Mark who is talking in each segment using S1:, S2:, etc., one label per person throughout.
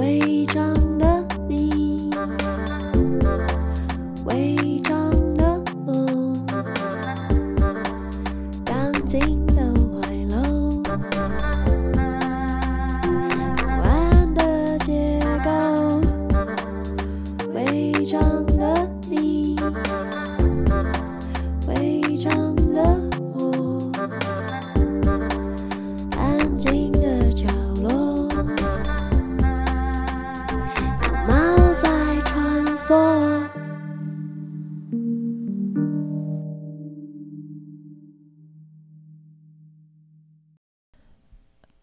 S1: 伪装的你，伪装的我，钢筋的怀楼，不安的结构，伪装的你，伪装的我，安静的角落。有猫在穿梭。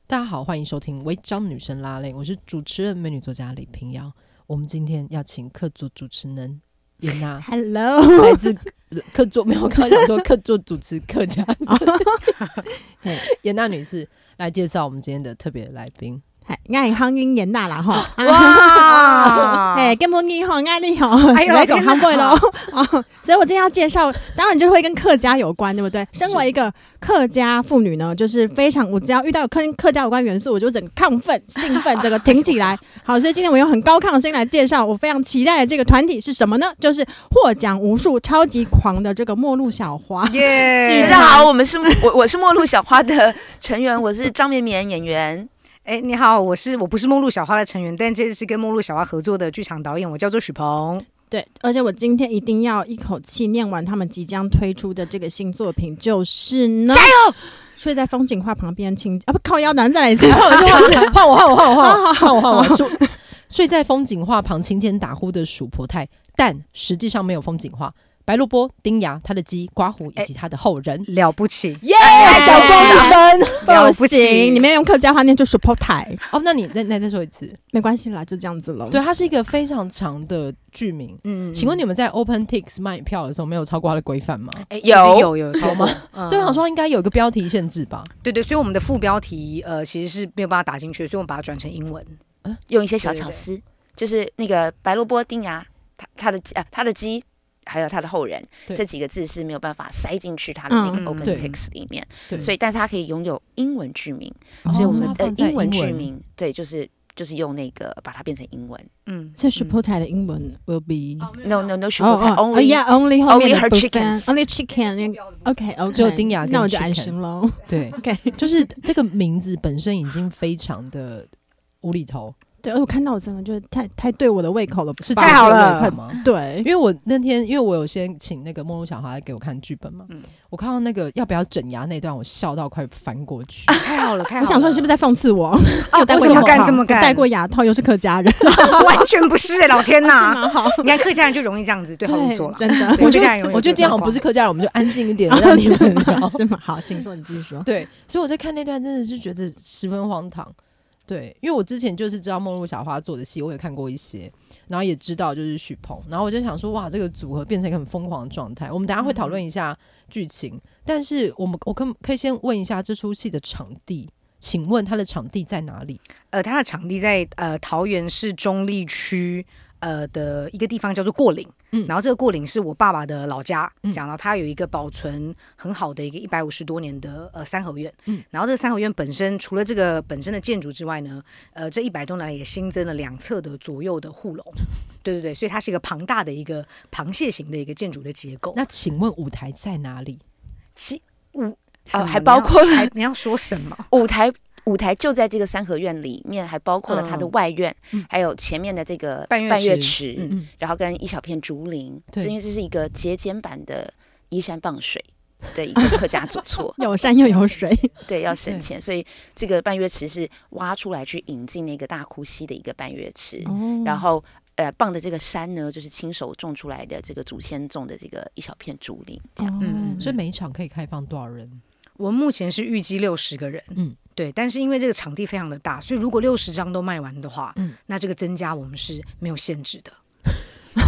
S2: 大家好，欢迎收听《违章女神拉累》，我是主持人美女作家李平遥。我们今天要请客座主持人严 娜，
S3: Hello，
S2: 来自客座没有，我刚刚想说客座主持客家
S3: 嘿
S2: 严娜女士来介绍我们今天的特别来宾。
S3: 嗨，爱乡音严大啦吼，
S4: 哇
S3: 哎，根本你吼爱你吼，
S4: 哎 呦
S3: 来种
S4: 天哪
S3: 行会喽。哦，所以我今天要介绍，当然就会跟客家有关，对不对？身为一个客家妇女呢，就是非常，我只要遇到有跟客家有关元素，我就整个亢 奋、兴奋，整个挺起来。好，所以今天我用很高亢的声音来介绍，我非常期待的这个团体是什么呢？就是获奖无数、超级狂的这个末路小花。
S4: 耶
S3: 记
S5: 大
S3: 得
S5: 家好，我 们是我我是末路小花的成员，我是张绵绵演员。
S4: 哎，你好，我是我不是梦露小花的成员，但这次跟梦露小花合作的剧场导演，我叫做许鹏。
S3: 对，而且我今天一定要一口气念完他们即将推出的这个新作品，就是呢，加油！睡在风景画旁边亲啊，不靠腰男再来一次，
S2: 换我说我哦是换我换我换我换我换我换我睡睡在风景画旁勤俭打呼的鼠婆太，但实际上没有风景画。白萝卜、丁牙、他的鸡、刮胡以及他的后人，哎
S4: 了不起，
S2: 耶、
S3: 小
S2: 公分
S4: 了
S3: 不
S4: 不起
S3: 行，你们用客家话念就 support 台，
S2: 哦，那你再那再说一次，
S3: 没关系啦，就这样子喽。
S2: 对，，啊它是一个非常长的剧名。
S4: 嗯，
S2: 请问你们在 OpenTix 卖票的时候没有超过它的规范吗？
S5: 嗯
S4: 哎其实有
S5: 有
S4: 有有超吗？嗯
S2: 对，我想说应该有一个标题限制吧。
S4: 对对，所以我们的副标题呃其实是没有办法打进去，所以我们把它转成英文。
S5: 用一些小巧思，就是那个白萝卜、丁牙，他他的鸡啊，他的鸡，还有他的后人，
S2: 对
S5: 这几个字是没有办法塞进去他的那
S3: 嗯
S5: 个
S4: 嗯
S5: open
S2: 对
S5: text 里面，
S2: 对
S5: 所以但是他可以拥有英文剧名，
S2: 哦
S5: 所以我们
S2: 所以它
S5: 的
S2: 放在
S5: 英文
S2: 英
S5: 剧
S2: 文
S5: 名，对，就是就是用那个把它变成英文
S4: 嗯，
S3: 所以 support 台的英文 will be
S5: ，no no no，
S3: 哦哦哦
S5: Oh, only
S3: yeah only 后面的
S5: only her
S3: 部分
S5: chickens
S3: only chicken OK OK，
S2: 只有丁牙跟
S3: 那我就
S2: chicken
S3: 安心喽。
S2: 对，
S3: OK，
S2: 就是这个名字本身已经非常的无厘头，
S3: 对，哦而且我看到我真的就是太太对我的胃口了，
S2: 是
S3: 吧
S4: 太好了
S2: 这个吗？
S3: 对
S2: 因，为我那天，因为我有先请那个梦露小花给我看剧本嘛，
S4: 嗯
S2: 我看到那个要不要整牙那段，我笑到快翻过去。
S5: 啊
S4: 嗯太好了，太好了！
S3: 我想说你是不是在讽刺我？
S4: 哦，
S3: 戴
S4: 为
S3: 过
S4: 什
S3: 牙
S4: 么干
S3: 套
S4: 这么干？
S3: 我戴过牙套，又是客家人，是
S4: 完全不是，老 天呐！
S3: 吗？好，
S4: 你看客家人就容易这样子，对号入座了。
S3: 真的。。
S4: 对
S2: 我觉得
S4: 客家人容易
S2: 我觉得今天好像不是客家人，我们就安静一 点，让你们聊
S3: 是吗？好，请说，你继续说。，
S2: 对，所以我在看那段真的是觉得十分荒唐。对，因为我之前就是知道梦露小花做的戏，我也看过一些，然后也知道就是许鹏，然后我就想说，哇，这个组合变成一个很疯狂的状态。我们等一下会讨论一下剧情，但是我们我可可以先问一下这出戏的场地，请问它的场地在哪里？
S4: 呃，它的场地在呃桃园市中立区呃的一个地方叫做过岭，
S2: 嗯
S4: 然后这个过岭是我爸爸的老家，
S2: 嗯
S4: 讲到它有一个保存很好的一个一百五十多年的呃三合院，
S2: 嗯
S4: 然后这个三合院本身除了这个本身的建筑之外呢，呃，这一百多年来也新增了两侧的左右的护楼，对对对，所以它是一个庞大的一个螃蟹型的一个建筑的结构。
S2: 那请问舞台在哪里？
S4: 其五呃
S5: 哦还包括了
S4: 你要说什么？
S5: 舞台舞台就在这个三合院里面，还包括了它的
S4: 嗯
S5: 外院，
S2: 嗯
S5: 还有前面的这个
S4: 半月
S5: 池，
S4: 嗯
S2: 嗯
S5: 然后跟一小片竹林，
S2: 对
S5: 所以因为这是一个节俭版的依山傍水的一个客家 主厝
S3: 有山又有水，
S5: 对，要省钱，所以这个半月池是挖出来去引进那个大哭溪的一个半月池，
S4: 哦
S5: 然
S3: 哦
S5: 后。呃，傍的这个山呢，就是亲手种出来的这个祖先种的这个一小片竹林，这样。
S4: 嗯
S2: 所以每一场可以开放多少人？
S4: 我目前是预计六十个人，
S2: 嗯
S4: 嗯，对，但是因为这个场地非常的大，所以如果六十张都卖完的话，
S2: 嗯
S4: 那这个增加我们是没有限制的。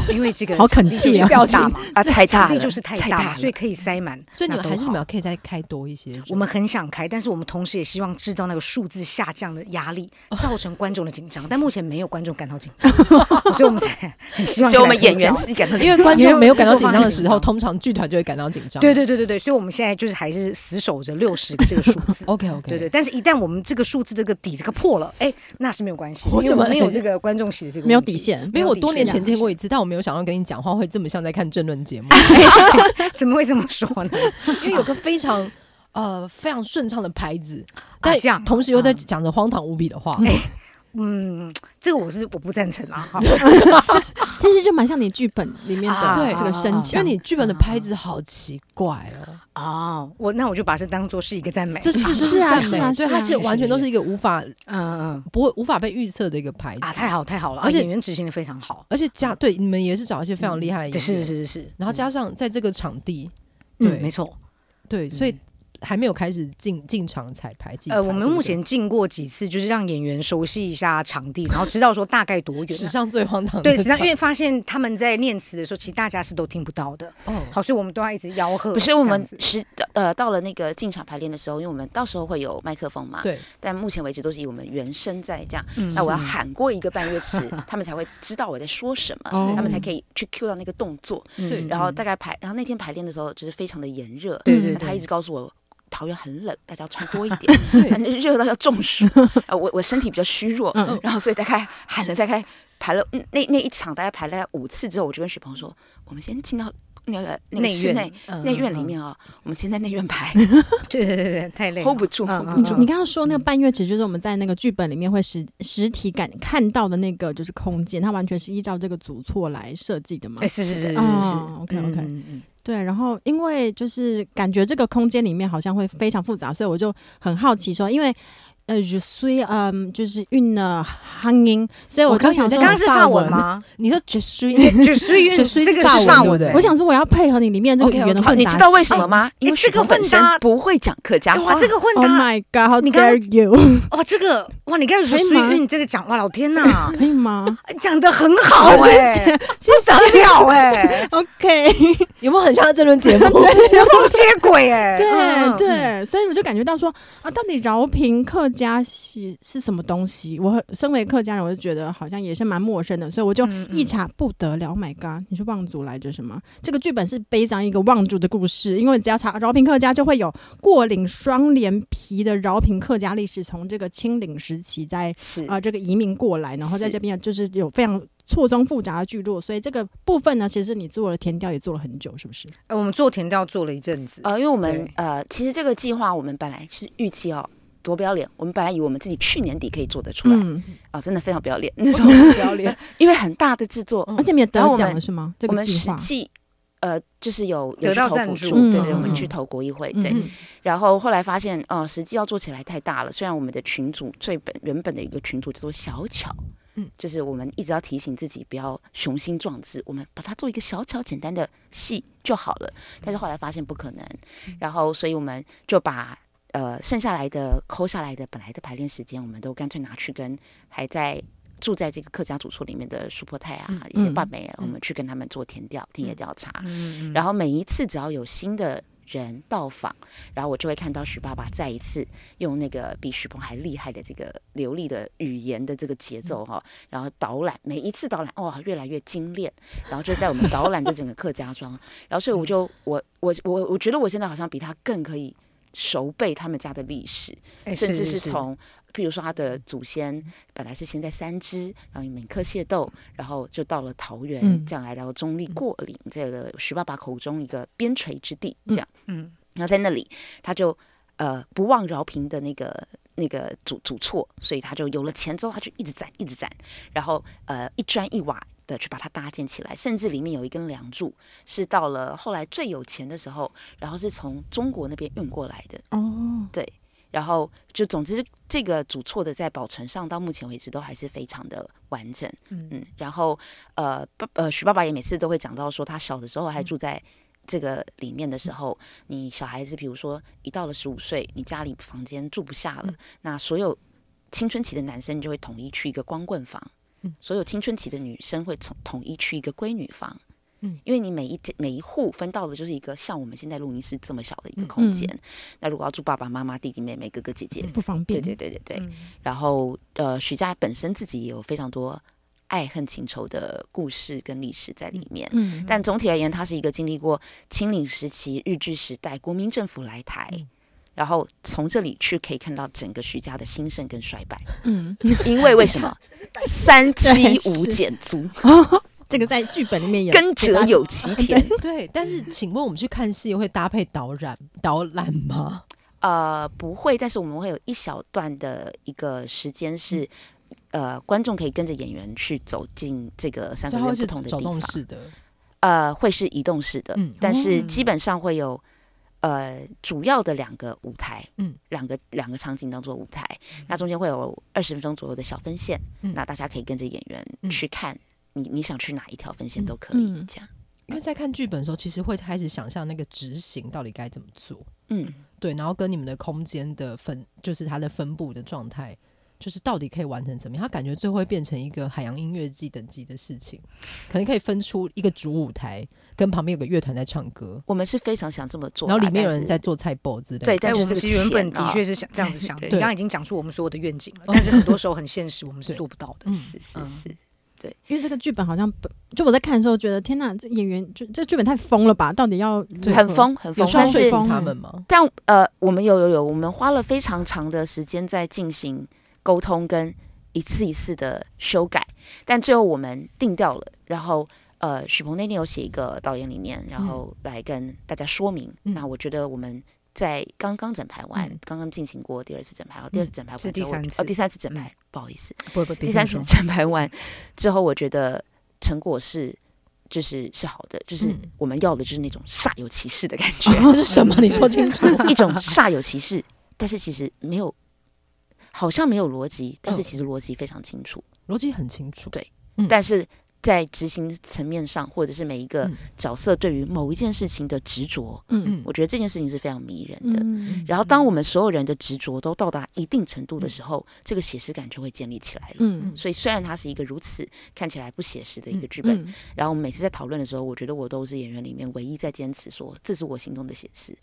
S4: 因为这个
S3: 好恳
S4: 场地
S3: 切
S4: 就是
S3: 啊
S4: 表情嘛，
S5: 啊，太
S4: 场
S5: 大
S4: 地
S5: 了，
S4: 就是太
S5: 太
S4: 大
S5: 大
S4: 嘛，
S5: 了
S4: 所以可以塞满。
S2: 所以你们
S4: 那都
S2: 还是你
S4: 好
S2: 们要可以再开多一些。
S4: 我们很想开，但是我们同时也希望制造那个数字下降的压力，
S5: 哦
S4: 造成观众的紧张。但目前没有观众感到紧 张，所以我们才很希望。
S5: 只有我们演员自己感到
S2: 因为观众没有感到紧张的时
S4: 因为我
S2: 候，
S4: 们
S2: 通常剧团就会感到紧张。
S4: 对对对对对，所以我们现在就是还是死守着六十个这个数字。
S2: ，OK OK，
S4: 对对，但是一旦我们这个数字这个底这个破了，哎，那是没有关系，因
S2: 我
S4: 为
S2: 怎
S4: 我
S2: 么哎
S4: 们没有这个观众席的这个
S3: 没有
S4: 问题
S3: 底，线。
S2: 没有，我啊多年前见过
S4: 一，
S2: 一次，但我没有想到跟你讲话会这么像在看政论节目，
S4: 怎么会这么说呢？
S2: 因为有个非常呃非常顺畅的拍子，
S4: 啊
S2: 但
S4: 这样
S2: 同时又在
S4: 啊
S2: 讲着荒唐无比的话。
S4: 哎嗯，这个我是我不赞成啊，哈
S3: 其实就蛮像你剧本里面
S4: 啊
S3: 的
S2: 对
S3: 这个深
S2: 因为
S3: 情。
S2: 你剧
S4: 嗯
S2: 本的拍子好奇怪 哦，
S4: 哦，我那我就把这当做是一个赞美，
S2: 这 是这
S3: 是啊
S2: 赞
S3: 是
S2: 美
S3: 啊，是
S2: 对，
S3: 啊
S2: 它
S3: 是
S2: 是
S4: 哎是
S2: 完全
S4: 是
S2: 都是一个无法
S4: 嗯嗯
S2: 不会无法被预测的一个牌子
S4: 啊，太好太好了，
S2: 而且
S4: 啊演员执行的非常好，
S2: 而且加对你们也是找一些非常厉害的
S4: 嗯对，
S2: 演
S4: 是
S2: 员，
S4: 是是是，
S2: 然后
S4: 嗯
S2: 加上在这个场地，
S4: 嗯没
S2: 对
S4: 错，
S2: 对，所以还没有开始进进场彩排。自己
S4: 嗯呃，
S2: 排
S4: 我们
S2: 对不
S4: 目
S2: 对
S4: 前进过几次，就是让演员熟悉一下场 地，然后知道说大概多远啊。
S2: 史上最荒唐的
S4: 对，实际上因
S2: 场
S4: 为发现他们在念词的时候，其实大家是都听不到的。
S2: 哦
S4: 好，所以我们都要一直吆喝。
S5: 不是我
S4: 这
S5: 们
S4: 样子
S5: 是呃到了那个进场排练的时候，因为我们到时候会有麦克风嘛，
S2: 对，
S5: 但目前为止都是以我们原声在这样。
S4: 嗯
S5: 那我要喊过一个半乐 词，他们才会知道我在说什么，
S3: 哦
S5: 他们才可以去 cue 到那个动作。
S4: 嗯
S2: 对
S5: 然后大概排，然后那天排练的时候就是非常的炎热，
S4: 对对
S5: 那他
S4: 对
S5: 一直告诉我。桃园很冷，大家要穿多一点，反正热到要中 暑。呃，我我身体比较虚弱，
S3: 嗯
S5: 然后所以大概喊了大概排了嗯那那一场大概排了五次之后，我就跟许鹏说，我们先进到那个那个
S4: 内
S5: 室
S4: 院
S5: 内
S4: 嗯
S5: 内
S4: 嗯
S5: 院里
S4: 嗯
S5: 面啊、我们先在内院排
S4: 对对对 对，太累了
S5: ，hold 不住
S4: 嗯
S5: ，hold 不
S4: 嗯
S5: 住。
S3: 你刚刚说那个半月池，就是我们在那个剧本里面会实实体感看到的那个就是空间，它完全是依照这个组错来设计的嘛
S4: 哎，？是是是是是嗯
S3: 哦，OK，OK 对，然后因为就是感觉这个空间里面好像会非常复杂，所以我就很好奇说，因为呃 j u s u 嗯，就是韵了汉音，所以我就
S2: 刚以
S3: 想
S2: 为在
S3: 说
S4: 刚刚是法文
S2: 法文
S4: 吗？
S2: 你说 j e s
S4: 就所以
S2: 就所以
S4: 这
S2: 是
S4: 个
S2: 法
S4: 是
S2: 文
S4: 法
S2: 对不
S4: 文
S2: 对
S4: 的。
S3: 我想说我要配合你里面这个
S2: OK，OK，
S3: 语言的
S2: 好
S3: 混
S5: 好，
S3: 杂
S5: 你
S3: 性，
S5: 知道为什么吗？因为
S4: 哎这
S5: 许
S4: 个
S5: 鹏本
S4: 混
S5: 身
S4: 搭
S5: 不会讲客家话
S4: 哇，，这个混
S3: ？Oh
S5: 哦
S4: 搭
S3: my god，how
S4: 你刚刚
S3: dare you？
S4: 哇，这个哇，你刚才说
S3: 可以
S4: 所
S3: 吗
S4: 以韵这个讲哇，老天呐，
S3: 可以吗？
S4: 讲的很 好
S3: 谢
S4: 哎，
S3: 谢，谢
S4: 不
S3: 谢
S4: 得了
S5: 欸
S4: 哎，
S3: ，OK。
S2: 有没有很像这轮 节目？
S4: 不接轨哎，嗯
S3: 对，对，所以我就感觉到说啊，到底饶平客家是是什么东西？我身为客家人，我就觉得好像也是蛮陌生的，所以我就
S4: 嗯嗯
S3: 一查不得了，Oh my god！你是望族来着什么？这个剧本是悲伤一个望族的故事，因为只要查饶平客家，就会有过岭双连皮的饶平客家历史，从这个清领时期在
S5: 是
S3: 啊、这个移民过来，然后在
S5: 是
S3: 这边就是有非常。错综复杂的聚落，所以这个部分呢，其实你做了填调也做了很久，是不是？
S4: 哎，我们做甜调做了一阵子，
S5: 呃，因为我们
S4: 对
S5: 呃，其实这个计划我们本来是预期哦，多不要脸。我们本来以为我们自己去年底可以做得出来，
S3: 嗯，
S5: 哦，真的非常不 要脸。那时候
S2: 不要 脸，
S5: 因为很大的制作，
S2: 嗯
S3: 而且你也得
S5: 然后我
S3: 奖
S5: 们
S3: 了是吗？这
S5: 我
S3: 个
S5: 们
S3: 计
S5: 实
S3: 划，
S5: 际呃就是有有
S4: 得
S5: 去
S4: 到
S5: 投
S4: 赞
S5: 补
S4: 助
S5: 助，对
S3: 嗯
S5: 对，我们
S4: 嗯
S5: 去
S4: 嗯
S5: 投国议会，
S3: 嗯
S5: 对。
S3: 嗯
S5: 然后后来发现，呃，实际要做起来太大了。虽然我们的群组最本原本的一个群组叫做小巧。
S2: 嗯
S5: 就是我们一直要提醒自己不要雄心壮志，我们把它做一个小巧简单的戏就好了。
S2: 嗯
S5: 但是后来发现不可能，然后所以我们就把呃剩下来的抠下来的本来的排练时间，我们都干脆拿去跟还在住在这个客家主厝里面的苏婆泰啊、
S2: 嗯
S5: 一些
S3: 嗯
S5: 爸妹啊，我
S2: 嗯
S5: 们去跟他们做田调、田野调查。
S4: 嗯，
S5: 然后每一次只要有新的人到访，然后我就会看到许爸爸再一次用那个比许鹏还厉害的这个流利的语言的这个节奏哈、然后导览每一次导览哇、越来越精炼，然后就在我们导览这整个客家庄，然后所以我就我我我我觉得我现在好像比他更可以熟背他们家的历史，
S4: 哎
S5: 甚至是
S4: 是
S5: 从，譬如说他的祖先本来是先在三支，然后闽客械斗，然后就到了桃园，
S3: 嗯
S5: 这样来到中立过岭、这个徐爸爸口中一个边陲之地，
S3: 嗯
S5: 这样，
S4: 嗯，
S5: 然后在那里他就呃不忘饶平的那个。那个祖祖错，所以他就有了钱之后，他就一直攒，一直攒，然后呃一砖一瓦的去把它搭建起来，甚至里面有一根梁柱是到了后来最有钱的时候，然后是从中国那边运过来的，
S3: 哦，
S5: 然后就总之这个主错的在保存上到目前为止都还是非常的完整，
S4: 嗯
S5: 嗯，然后呃爸呃许爸爸也每次都会讲到说他小的时候还住在。这个里面的时候，你小孩子，比如说一到了十五岁，你家里房间住不下了，那所有青春期的男生就会统一去一个光棍房，所有青春期的女生会统统一去一个闺女房。
S2: 嗯
S5: 因为你每一间每一户分到的就是一个像我们现在录音室这么小的一个空间，那如果要住爸爸妈妈、弟弟妹妹、哥哥姐姐，
S3: 不方
S5: 对
S3: 便。
S5: 对对对
S3: 嗯
S5: 对。然后呃，徐佳本身自己也有非常多爱恨情仇的故事跟历史在里面。
S3: 嗯，
S5: 但总体而言，他是一个经历过清领时期、日治时代、国民政府来台，
S3: 嗯
S5: 然后从这里去可以看到整个徐家的兴盛跟衰败。
S3: 嗯，
S5: 因为为什么三七五
S3: 是
S5: 减租，
S3: 这个在剧本里面也
S5: 跟者有其田。
S2: 对，但是请问我们去看戏会搭配导览导览吗？
S5: 呃，不会，但是我们会有一小段的一个时间是。呃，观众可以跟着演员去走进这个
S2: 嗯
S5: 三
S2: 所以它
S5: 个月
S2: 会
S5: 不
S2: 是
S5: 同的
S2: 走
S5: 地
S2: 动
S5: 方，
S2: 式的，
S5: 呃，会是移动式的，
S2: 嗯
S5: 但
S3: 哦
S5: 是基本上会有呃主要的两个舞台，
S2: 嗯，
S5: 两个两个场景当做舞台，那中间会有二十分钟左右的小分线，
S2: 嗯
S5: 那大家可以跟着演
S2: 嗯
S5: 员去看，你你想去哪一条分线
S2: 嗯
S5: 都可以，
S3: 嗯
S5: 这样，
S2: 因为在看剧本的时候，其实会开始想象那个执行到底该怎么做。
S5: 嗯，
S2: 对，然后跟你们的空间的分，就是它的分布的状态，就是到底可以完成怎么样？它感觉最后会变成一个海洋音乐季等级的事情，可能可以分出一个主舞台，跟旁边有个乐团在唱歌，
S5: 我们是非常想这么做
S2: 然
S5: 啦，
S2: 后里面有
S5: 但
S2: 人
S5: 是
S2: 在做菜包之类的。哎
S5: 对但
S4: 但
S5: 就
S4: 我
S5: 是
S4: 们其
S5: 这
S4: 实
S5: 个
S4: 原本
S5: 钱啊
S4: 的确是想这样子想的，
S5: 对
S4: 你刚刚已经讲出我们所有的愿 景了，但是很多时候很现实，我们是
S2: 对
S4: 做不到的。
S2: 嗯
S5: 是是是，
S3: 因为这个剧本好像本就我在看的时候觉得，天哪，这演员就这剧本太疯了吧？到底要哦
S2: 对
S5: 很疯很
S2: 有
S5: 疯，
S2: 需要说
S3: 双
S5: 但是
S3: 水
S2: 服
S3: 风
S2: 他
S3: 欸
S2: 们吗？
S5: 但呃，我们有有有，我们花了非常长的时间在进行沟通跟一次一次的修改，但最后我们定掉了，然后。呃，许鹏那天有写一个导演理念，然
S4: 嗯
S5: 后来跟大家说明。
S2: 嗯
S5: 那我觉得我们在刚刚整排完，
S2: 嗯
S5: 刚刚进行过第二次整排，然后第二次整排完之
S4: 嗯是
S5: 后、
S4: 第三次
S5: 哦，第三次整排，不好意思，
S4: 不不，
S5: 第三次整排完之后，我觉得成果是就是是好的，就是
S2: 嗯
S5: 我们要的就是那种煞有其事的感觉，
S2: 这是什么？你说清楚。
S5: 一种煞有其事，但是其实没有，好像没有逻辑，
S3: 嗯
S5: 但是其实逻辑非常清楚。
S2: 逻辑很清楚。
S5: 对
S2: 嗯
S5: 但是在执行层面上，或者是每一个
S2: 嗯
S5: 角色对于某一件事情的执着，
S3: 嗯
S5: 我觉得这件事情是非常迷人的。
S3: 嗯
S5: 然后，当我们所有人的执着都到达一定程度的时候，这个写实感就会建立起来了。
S3: 嗯
S5: 所以，虽然它是一个如此看起来不写实的一个剧本，
S3: 嗯，
S5: 然后我们每次在讨论的时候，我觉得我都是演员里面唯一在坚持说这是我心中的写实。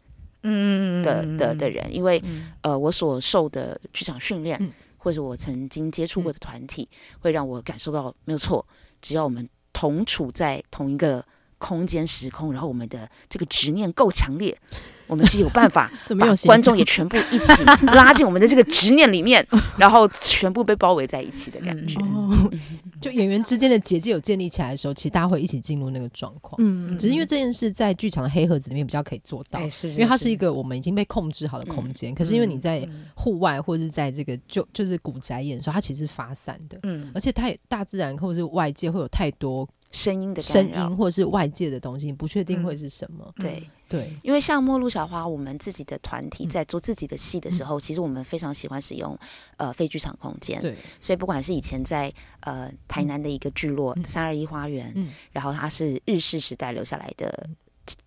S4: 嗯
S5: 的的的，人，因为、
S4: 嗯
S5: 呃，我所受的剧场训练，
S2: 嗯
S5: 或者我曾经接
S4: 嗯
S5: 触过的团体，会让我感受到没有错，只要我们同处在同一个空间时空，然后我们的这个执念够强烈，我们是有 办法
S3: 怎么
S5: 把
S3: 有
S5: 观众也全部一起拉进我们的这个执念 里面，然后全部被包围在一起的
S4: 嗯
S5: 感觉。
S3: 哦，
S2: 就演员之间的结界有建立起来的时候，其实大家会一起进入那个状况。
S3: 嗯
S2: 只是因为这件事在剧场的黑盒子里面比较可以做到，
S4: 哎是，
S2: 因为它是一个我们已经被控制好的空间。可是因为你在户外或是在这个就就是古宅演的时候，它其实是发散的，
S4: 嗯
S2: 而且它也大自然或者是外界会有太多
S5: 声音的干
S2: 声
S5: 扰
S2: 音，或是外界的东西，你不确定
S4: 嗯嗯
S2: 会是什么。
S5: 对。
S2: 对，
S5: 因为像《末路小花》，我们自己的团体在做自己的戏的时候，其实我们非常喜欢使用呃非剧场空间，
S2: 对，
S5: 所以不管是以前在呃台南的一个聚落
S2: 嗯
S5: 三二一花园，
S2: 嗯
S5: 然后它是日式时代留下来的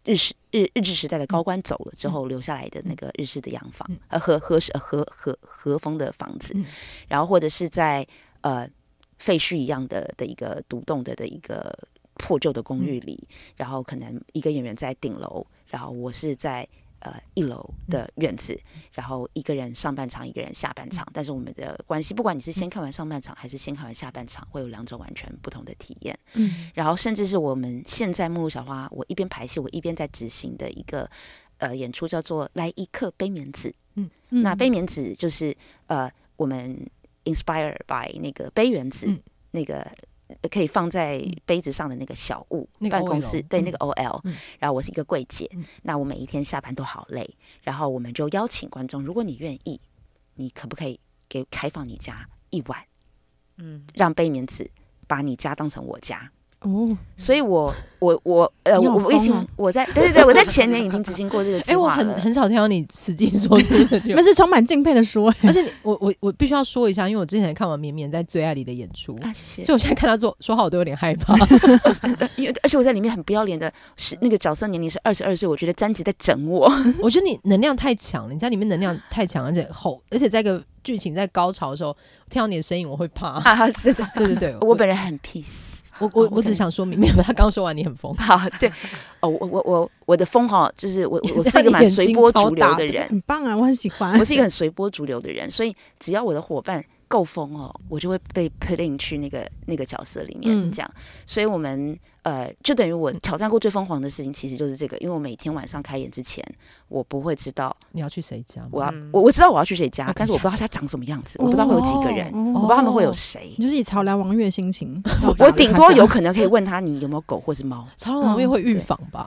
S5: 日式日日治时代的高官走了之后留下来的那个日式的洋房，
S2: 嗯
S5: 呃和和呃和和和风的房子，
S2: 嗯
S5: 然后或者是在呃废墟一样的的一个独栋的的一个破旧的公寓里，
S2: 嗯
S5: 然后可能一个演员在顶楼，然后我是在。呃，一楼
S2: 嗯
S5: 的院子，然后一个人上半场，一个人下半场，但是我们的关系，不管你是先看完上半场还是先看完下半场，会有两种完全不同的体验。
S3: 嗯
S5: 然后甚至是我们现在《目录小花》，我一边排戏，我一边在执行的一个呃演出，叫做《来一刻杯棉子》。
S3: 嗯
S5: 那杯棉子就是呃，我们 inspire by 那个杯原子，
S2: 嗯
S5: 那个呃可以放在杯子上的那个小物，
S2: 那个
S5: 办公
S2: OL
S5: 室对
S2: 嗯
S5: 那个 OL、
S2: 嗯
S5: 然后我是一个柜姐，
S2: 嗯
S5: 那我每一天下班都好累，然后我们就邀请观众，如果你愿意，你可不可以给开放你家一晚，
S4: 嗯，
S5: 让杯棉子把你家当成我家？
S2: 嗯
S3: 哦，
S5: 所以我我我呃，
S3: 你
S5: 我
S3: 好
S5: 我已
S3: 疯
S5: 经
S3: 哦
S5: 我在对对对，我在前年已经执行过这个
S2: 啊
S5: 计
S2: 哎，我
S5: 划
S2: 很
S5: 了。
S2: 很少听到你实际说出这句话
S3: 那是充满敬佩的说，哎
S2: 而且你我我我必须要说一下，因为我之前看完绵绵在《最爱》里的演出，
S5: 啊，
S2: 所
S5: 谢
S2: 以
S5: 谢。
S2: 我现在看他说说话，我都有点害 怕。
S5: 因为而且我在里面很不要脸的，是那个角色年龄是二十二岁，我觉得詹吉在整我。
S2: 我觉得你能量太强了，你在里面能量太强，而且吼，而且在一个剧情在高潮的时候，听到你的声音我会怕。
S5: 啊，是的，
S2: 对对对，
S5: 我本人很 peace。
S2: 我我我
S5: OK
S2: 只想说明，没有他刚说完你很疯，
S5: 好，对， 哦，我我我我的风哈，就是我我我
S2: 你
S5: 是一个蛮
S2: 眼
S5: 随
S2: 睛
S5: 波
S2: 超
S5: 逐流
S2: 大的
S5: 的人，
S3: 很棒啊，我很喜欢
S5: 我。是一个很随波逐流的人，所以只要我的伙伴够疯哦，我就会被 put in 去那个那个角色里面，
S3: 嗯
S5: 这样。所以我们呃，就等于我挑战过最疯狂的事情，其实就是这个，因为我每天晚上开演之前，我不会知道
S2: 你要去谁家吗？
S5: 我要、
S4: 嗯
S5: 我我知道我要去谁家
S2: 我，
S5: 但是我不知道他长什么样子，我不知道会有几个人，
S3: 哦
S5: 我不知道他们会有谁。
S3: 你就是以潮来王月心情，我
S5: 我顶多有可能可以问他你有没有狗或是猫，
S2: 超人
S5: 嗯
S2: 王月会预防吧？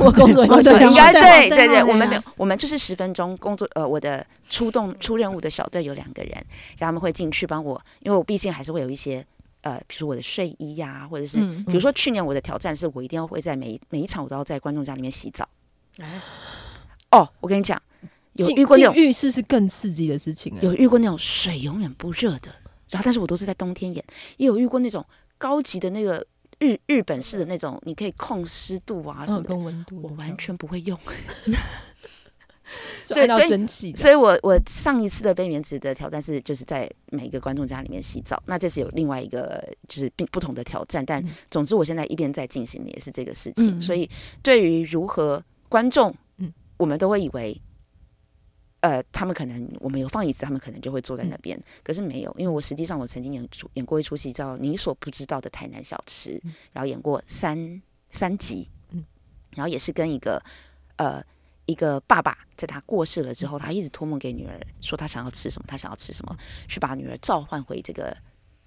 S2: 我工作也会
S3: 哦对
S2: 想
S3: 然
S5: 应
S3: 后
S5: 该
S3: 对
S5: 对
S3: 对
S5: 对对，
S3: 对
S5: 我们
S3: 对
S5: 没有，我们就是十分钟工作。呃，我的出动出任务的小队有两个人，然后他们会进去帮我，因为我毕竟还是会有一些呃，比如说我的睡衣呀、或者是、
S3: 嗯
S5: 比如说去年我的挑战是我一定要会在每一每一场我都要在观众家里面洗澡。
S4: 哎
S5: 哦，我跟你讲，有
S2: 进
S5: 遇过那
S2: 进
S5: 种
S2: 浴室是更刺激的事情哎、
S5: 有遇过那种水永远不热的，然后但是我都是在冬天演，也有遇过那种高级的那个日日本式的那种，你可以控湿度啊什么
S2: 嗯，
S5: 的，
S2: 跟温度
S5: 我
S2: 的
S5: 完全不会用。
S2: 就
S5: 对
S2: 按到
S5: 所以
S2: 蒸汽的，
S5: 所以我我上一次的边缘值的挑战是，就是在每一个观众家里面洗澡。那这是有另外一个就是并不同的挑战，但
S2: 嗯
S5: 总之我现在一边在进行的也是这个事情。
S3: 嗯
S5: 所以对于如何观众，
S2: 嗯
S5: 我们都会以为。呃，他们可能我们有放椅子，他们可能就会坐
S2: 嗯
S5: 在那边。可是没有，因为我实际上我曾经演出演过一出戏叫《你所不知道的台南小吃》，
S2: 嗯
S5: 然后演过三三集，
S2: 嗯
S5: 然后也是跟一个呃一个爸爸在他过世了之
S2: 嗯
S5: 后，他一直托梦给女儿说他想要吃什么，他想要吃什么，
S2: 嗯
S5: 去把女儿召唤回这个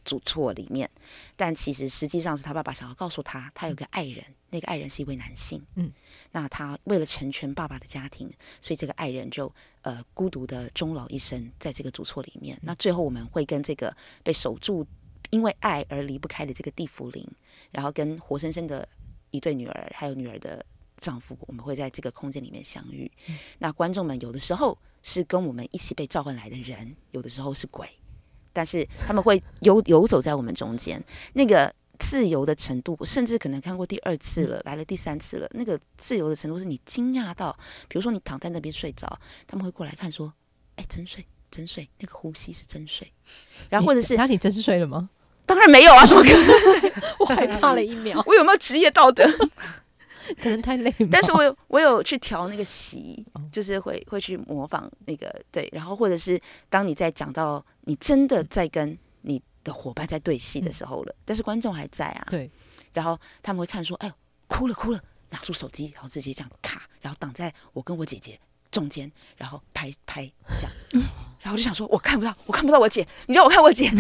S5: 主错里面。但其实实际上是他爸爸想要告诉他，他有个爱人，那个爱人是一位男性。
S2: 嗯，
S5: 那他为了成全爸爸的家庭，所以这个爱人就呃孤独的终老一生，在这个主错里面。那最后我们会跟这个被守住。因为爱而离不开的这个地茯苓，然后跟活生生的一对女儿，还有女儿的丈夫，我们会在这个空间里面相遇。那观众们有的时候是跟我们一起被召唤来的人，有的时候是鬼，但是他们会游游走在我们中间，那个。自由的程度，我甚至可能看过第二次了，来了第三次了。那个自由的程度是你惊讶到，比如说你躺在那边睡着，他们会过来看说：“哎，真睡，真睡，那个呼吸是真睡。”然后或者是
S2: 那你真是睡了吗？
S5: 当然没有啊，怎么可能？
S2: 我害怕了一秒，
S5: 我有没有职业道德？
S2: 可能太累了。
S5: 但是我有嗯我有去调那个席，就是会会去模仿那个对，然后或者是当你在讲到你真的在跟你的伙伴在对戏的时候了，但是观众还在啊，
S2: 对，
S5: 然后他们会看说，哎呦，哭了哭了，拿出手机，然后直接这样咔，然后挡在我跟我姐姐中间，然后拍拍这样， 然后我就想说，我看不到，我看不到我姐，你让我看我姐，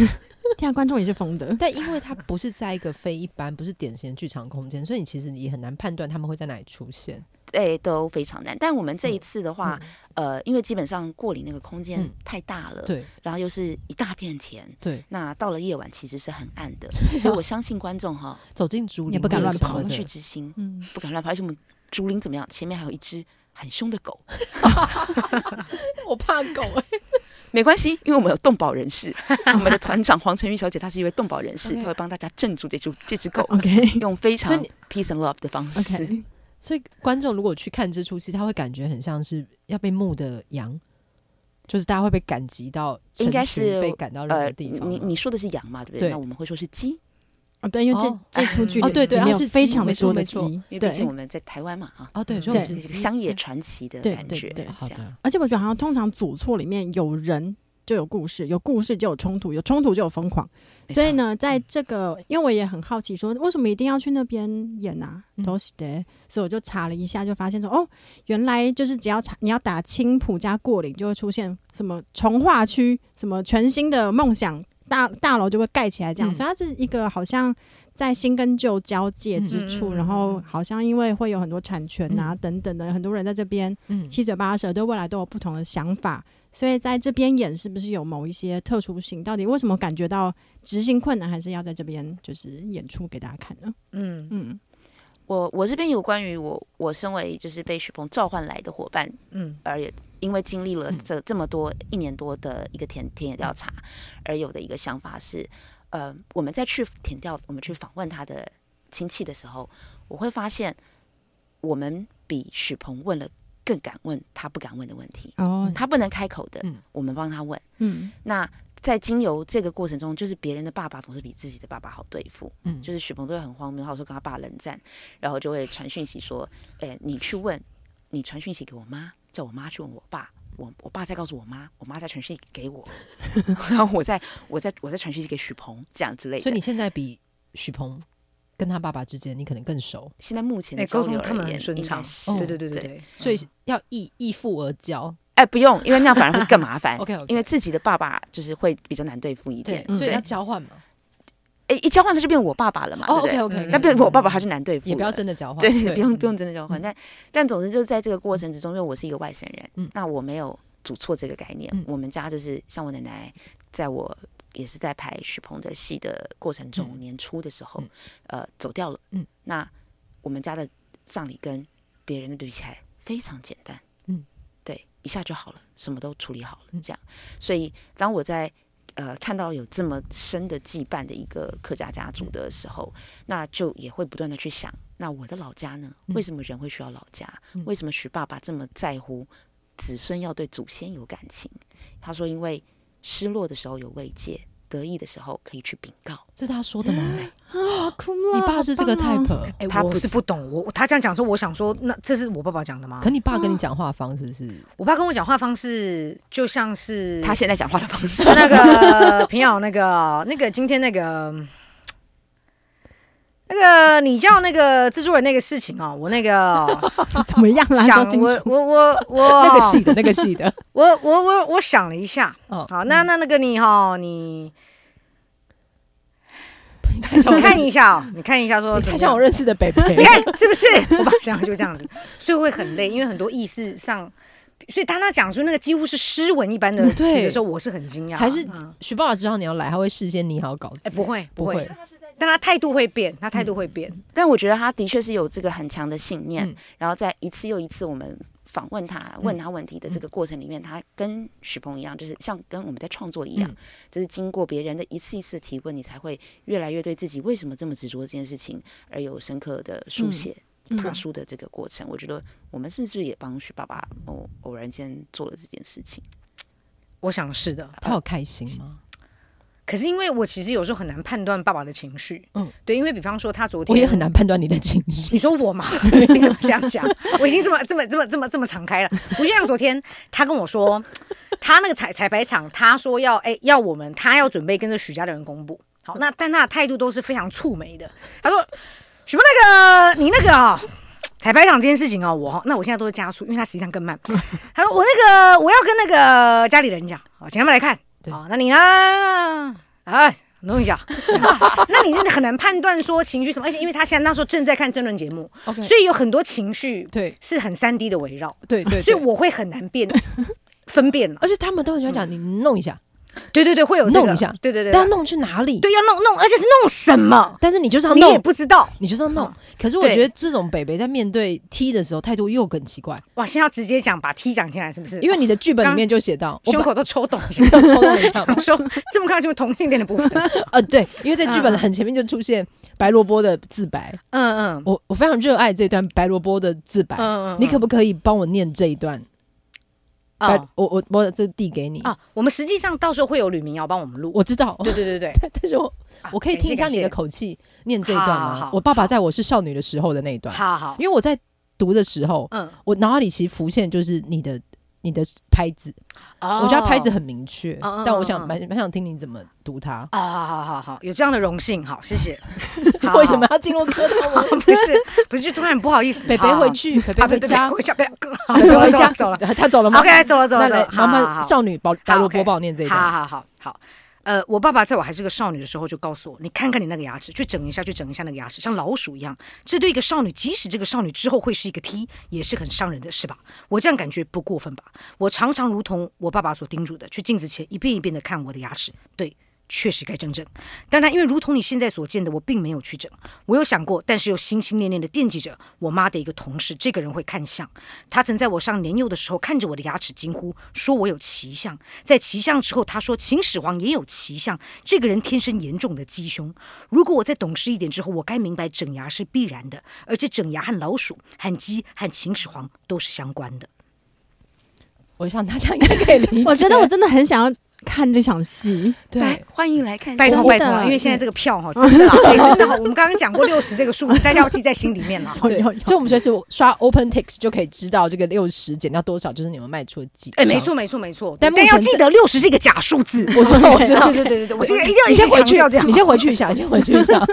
S3: 天啊，观众也是疯的。
S2: 但因为它不是在一个非一般、不是典型的剧场空间，所以你其实也很难判断他们会在哪里出现。
S5: 哎，都非常难。但我们这一次的话，呃，因为基本上过里那个空间
S2: 嗯
S5: 太大了，
S2: 对
S5: 然后又是一大片田，
S2: 对，
S5: 那到了夜晚其实是很暗的，所
S2: 啊
S5: 以我相信观众哈，
S2: 走进竹林
S3: 也不敢
S2: 会
S3: 乱
S2: 有
S3: 跑
S2: 什么
S5: 恐
S2: 的
S5: 惧之心
S3: 嗯，
S5: 不敢乱跑，而且我们竹林怎么样？前面还有一只很凶的狗，
S2: 我怕狗、欸，
S5: 没关系，因为我们有动保人士，我们的团长黄晨玉小姐她是一位动保人士，
S2: OK
S5: 她会帮大家镇住这只这只狗，
S3: OK
S5: 用非
S2: 所
S5: 常
S2: 以你
S5: peace and love 的方式。
S3: OK，
S2: 所以观众如果去看这出戏，他会感觉很像是要被牧的羊，就是大家会被赶集到成群，
S5: 应该是
S2: 被赶到任
S5: 呃
S2: 何，地
S5: 你
S2: 方嘛。啊
S5: 你你说的是羊嘛，对不对？
S2: 对
S5: 那我们会说是鸡，
S3: 哦对，因为这
S2: 哦
S3: 这出剧
S2: 哦对对
S3: 里
S2: 它
S3: 面有
S2: 是
S3: 非
S2: 鸡
S3: 常
S2: 没
S3: 的
S2: 错
S3: 多的
S2: 没错
S3: 鸡，
S5: 因为
S2: 哎
S5: 毕竟我
S3: 对。
S5: 们在台湾嘛啊，
S2: 哦，对，所以我们
S5: 这
S2: 是
S5: 是
S2: 已
S5: 一个
S2: 经
S5: 乡野传奇的
S3: 对
S5: 感
S3: 对
S5: 觉，
S3: 对
S2: 好
S5: 这样
S2: 的，
S3: 而且我觉得好像通常组错里面有人就有故事，有故事就有冲突，有冲突就有疯狂。
S5: 没
S3: 所以
S5: 错
S4: 嗯
S3: 呢，在这个，因为我也很好奇说，为什么一定要去那边演啊？
S2: 嗯
S3: 都是的，所以我就查了一下，就发现说，哦，原来就是只要查你要打青浦加过岭，就会出现什么从化区，什么全新的梦想大大楼就会盖起来这样，
S2: 嗯
S3: 所以它是一个好像在新跟旧交界之处，
S4: 嗯嗯嗯嗯嗯
S3: 然后好像因为会有很多产权啊、等等的，很多人在这边
S2: 嗯，
S3: 七嘴八舌，对未来都有不同的想法，所以在这边演是不是有某一些特殊性？到底为什么感觉到执行困难，还是要在这边就是演出给大家看呢？
S4: 嗯，
S3: 嗯，
S5: 我我这边有关于我我身为就是被许鹏召唤来的伙伴，
S4: 嗯，
S5: 而也因为经历了
S2: 嗯
S5: 这这么多一年多的一个田田野调查，而有的一个想法是，呃，我们在去田调，我们去访问他的亲戚的时候，我会发现我们比许鹏问了。更敢问他不敢问的问题，
S3: 哦，
S5: 他不能开口的
S2: 嗯，
S5: 我们帮他问。
S3: 嗯，
S5: 那在经由这个过程中，就是别人的爸爸总是比自己的爸爸好对付，
S2: 嗯
S5: 就是许鹏都会很荒谬，他说跟他爸冷战，然后就会传讯息说，哎、你去问，你传讯息给我妈，叫我妈去问我爸。我我爸再告诉我妈，我妈再传讯息 给我，然后我再我再我再传讯息给许鹏，这样之类的。
S2: 所以你现在比许鹏跟他爸爸之间，你可能更熟，
S5: 现在目前的
S4: 哎，沟
S5: 交
S4: 通
S5: 流
S4: 他
S5: 而
S4: 们很
S5: 言
S4: 顺
S5: 应该
S4: 畅，
S5: 是
S2: 哦
S4: 对对对对
S5: 对
S4: 对，
S2: 所以要易易富而骄。
S5: 哎、不用，因为那样反而会更 麻烦。
S2: OK，
S5: 因为自己的爸爸就是会比较难对付一
S2: 对
S5: 点，，
S3: 嗯
S2: 所以
S5: 对
S2: 要交换嘛。
S5: 哎、一交换他就变我爸爸了嘛，
S2: 哦
S5: 对不对
S2: ，OK OK，
S5: 那变成我爸爸他就难对付了，
S2: 也不要真的交换，
S5: 对，不用不用
S2: 嗯
S5: 真的交换。但但总之就是在这个过程之中，因为我是一个外省人，
S2: 嗯
S5: 那我没有主错这个概念。
S2: 嗯
S5: 我们家就是像我奶奶，在我也是在排许鹏的戏的过程中，
S2: 嗯
S5: 年初的时候
S2: 嗯，
S5: 呃，走掉了。
S2: 嗯，
S5: 那我们家的葬礼跟别人的比起来非常简单。
S2: 嗯，
S5: 对，一下就好了，什么都处理好了，
S2: 嗯
S5: 这样。所以当我在呃，看到有这么深的羁绊的一个客家家族的时候，那就也会不断的去想，那我的老家呢？
S2: 嗯
S5: 为什么人会需要老家？
S2: 嗯
S5: 为什么徐爸爸这么在乎子孙要对祖先有感情？他说，因为失落的时候有慰藉，得意的时候可以去禀告。
S2: 这是他说 的吗？
S4: 啊
S3: 好酷了，
S2: 你爸是这个
S3: 好棒哦
S2: type，
S4: 哎，
S5: 他
S4: 我
S5: 不
S4: 是
S5: 是
S4: 不懂，我他这样讲说，我想说，那这是我爸爸讲的吗
S2: 可？你爸跟你讲话方式是
S4: 我爸跟我讲话方式就像是
S5: 他现在讲话的方式，
S4: 那个平遥那个那个今天那个那个你叫那个制作人那个事情哦，我那个 哦
S3: 嗯怎么样啦？
S4: 想
S3: 说清楚
S4: 我我我我
S2: 那个戏的那个戏的，
S4: 我我我我想了一下，
S2: 哦
S4: 好，那那那个你哈、你
S2: 太像我
S4: 你
S2: 认
S4: 看
S2: 识
S4: 一下、哦，你看一下说
S2: 太
S4: 怎么
S2: 像
S4: 样
S2: 我认识的北北
S4: 你，看是不是？ 我爸讲就这样子，所以会很累，因为很多意识上，所以当他讲出那个几乎是诗文一般的
S2: 嗯
S4: 词
S2: 对
S4: 的时候，我是很惊 讶，
S2: 还是
S4: 嗯
S2: 许爸爸知道你要来，他会事先拟好稿
S4: 哎、
S2: 子，
S4: 不会不
S2: 不
S4: 会嗯
S2: 会，
S4: 但他态度会变，他态度会变，
S5: 但我觉得他的确是有这个很强的信念。
S2: 嗯
S5: 然后在一次又一次我们访问他、问他问题
S2: 嗯
S5: 的这个过程里面，他跟许鹏一样，就是像跟我们在创作一样，
S2: 嗯
S5: 就是经过别人的一次一次提问，你才会越来越对自己为什么这么执着这件事情而有深刻的
S2: 嗯
S5: 书写。爬书的这个过程，我觉得我们是不是也帮许爸爸偶偶然间做了这件事情？
S4: 我想是的。
S2: 他有开心吗？
S4: 嗯可是因为我其实有时候很难判断爸爸的情绪，嗯
S2: 嗯，
S4: 对，因为比方说他昨天
S2: 我也很难判断你的情 绪。
S4: 你说我嘛？你怎么这样讲？我已经这么这么这么这么这么敞开了。我就像昨天他跟我说，他那个彩彩排场，他说要哎、要我们，他要准备跟着许家的人公布。好，那但他的态度都是非常蹙眉的。他说：“许么那个你那个哦。”彩排场这件事情哦，我那我现在都是加速，因为他实际上更慢。他说我那个我要跟那个家里人讲，好，请他们来看。
S2: 对
S4: 好，那你呢？哎，弄一下。那你真的很难判断说情绪什么，而且因为他现在那时候正在看争论节目，
S2: OK，
S4: 所以有很多情绪
S2: 对
S4: 是很三 D 的围绕，
S2: 对对，
S4: 所以
S2: 对
S4: 我会很难辨 分辨了。
S2: 而且他们都很喜欢讲你弄一下，
S4: 对对对，会有这个
S2: 弄一下
S4: 嗯对对对，
S2: 但要弄去哪里？
S4: 对要弄弄，而且是弄什么，
S2: 但是你就是要
S4: 你也
S2: 弄，
S4: 不知道。
S2: 你就是要弄
S4: 嗯。
S2: 可是我
S4: 对
S2: 觉得这种北北在面对 T 的时候态度又更奇怪，
S4: 哇，现在要直接讲把 T 讲进来，是不是？
S2: 因为你的剧本
S4: 刚
S2: 里面就写到
S4: 胸
S2: 我
S4: 口都抽动 一下，
S2: 把抽动一下嘛
S4: 想说这么快就同性恋的 部分。
S2: 呃，对，因为在剧本的很前面就出现白萝卜的自白，
S4: 嗯嗯
S2: 我我非常热爱这段白萝卜的自白。
S4: 嗯嗯，
S2: 你可不可以帮我念这一段？白，
S4: 哦
S2: 我我我这递给你。
S4: 哦，我们实际上到时候会有吕明瑶帮我们录。
S2: 我知道，
S4: 对对对对，
S2: 但是我
S4: 啊
S2: 我可以
S4: 感谢
S2: 听一下
S4: 感
S2: 你的
S4: 谢
S2: 口气念这一段
S4: 好好
S2: 吗
S4: 好？
S2: 我爸爸在我是少女的时候的那一段，
S4: 好好，
S2: 因为我在读的时候，
S4: 嗯，
S2: 我脑海里其实浮现就是你的你的拍子，
S4: 我
S2: 我觉得拍子很明确
S4: 嗯嗯，
S2: 但我
S4: 嗯嗯
S2: 想蛮蛮想听你怎么读它。
S4: 啊，好好好好，有这样的荣幸，好，谢谢。好
S2: 为什么？要进入科
S4: 好好 不是不是，就突然不好意思。
S2: 北北
S4: 好好
S2: 回去，北北
S4: 啊
S2: 回
S4: 北北
S2: 家，啊
S4: 回家，北北
S2: 北北回家，
S4: 走了。
S2: 他走了吗
S4: OK，走了走
S2: 那
S4: 了走
S2: 来
S4: 了，，
S2: 麻
S4: 好好
S2: 烦少女保白萝
S4: 好，OK
S2: 卜帮我念这一
S4: 好
S2: 段。
S4: 好好好。呃，我爸爸在我还是个少女的时候就告诉我，你看看你那个牙齿，去整一下，去整一下那个牙齿，像老鼠一样。这对一个少女，即使这个少女之后会是一个 T，也是很伤人的，是吧？我这样感觉不过分吧？我常常如同我爸爸所叮嘱的，去镜子前一遍一遍的看我的牙齿，对，确实该整整。当然，因为如同你现在所见的，我并没有去整。我有想过，但是又心心念念的惦记着我妈的一个同事，这个人会看相。他曾在我上年幼的时候看着我的牙齿惊呼，说我有奇相。在奇相之后，他说秦始皇也有奇相。这个人天生严重的鸡胸。如果我再懂事一点之后，我该明白整牙是必然的，而且整牙和老鼠、和鸡、和秦始皇都是相关的。
S2: 我想大家应该可以理解。
S3: 我觉得我真的很想要看这场戏，
S5: 来
S2: 对，
S5: 欢迎来看
S4: 拜
S5: 这
S4: 托
S3: 真
S5: 场
S3: 的
S4: 拜托啊，因为现在这个票哈，真的啊哎真的哈，我们刚刚讲过六十这个数字，大家要记在心里面啦。
S2: 对，所以我们随 时刷 OpenTix 就可以知道这个六十减掉多少，就是你们卖出的几。
S4: 哎，没，错没错没错，
S2: 但
S4: 但
S2: 目
S4: 要
S2: 前
S4: 记
S2: 这
S4: 得六十是一个假数字。
S2: 我知 道，我知道，
S4: 对对对对，我现在一定要
S2: 你
S4: 一直
S2: 先回
S4: 强
S2: 去
S4: 调这，样。
S2: 你先回去一下，你先回去一 下。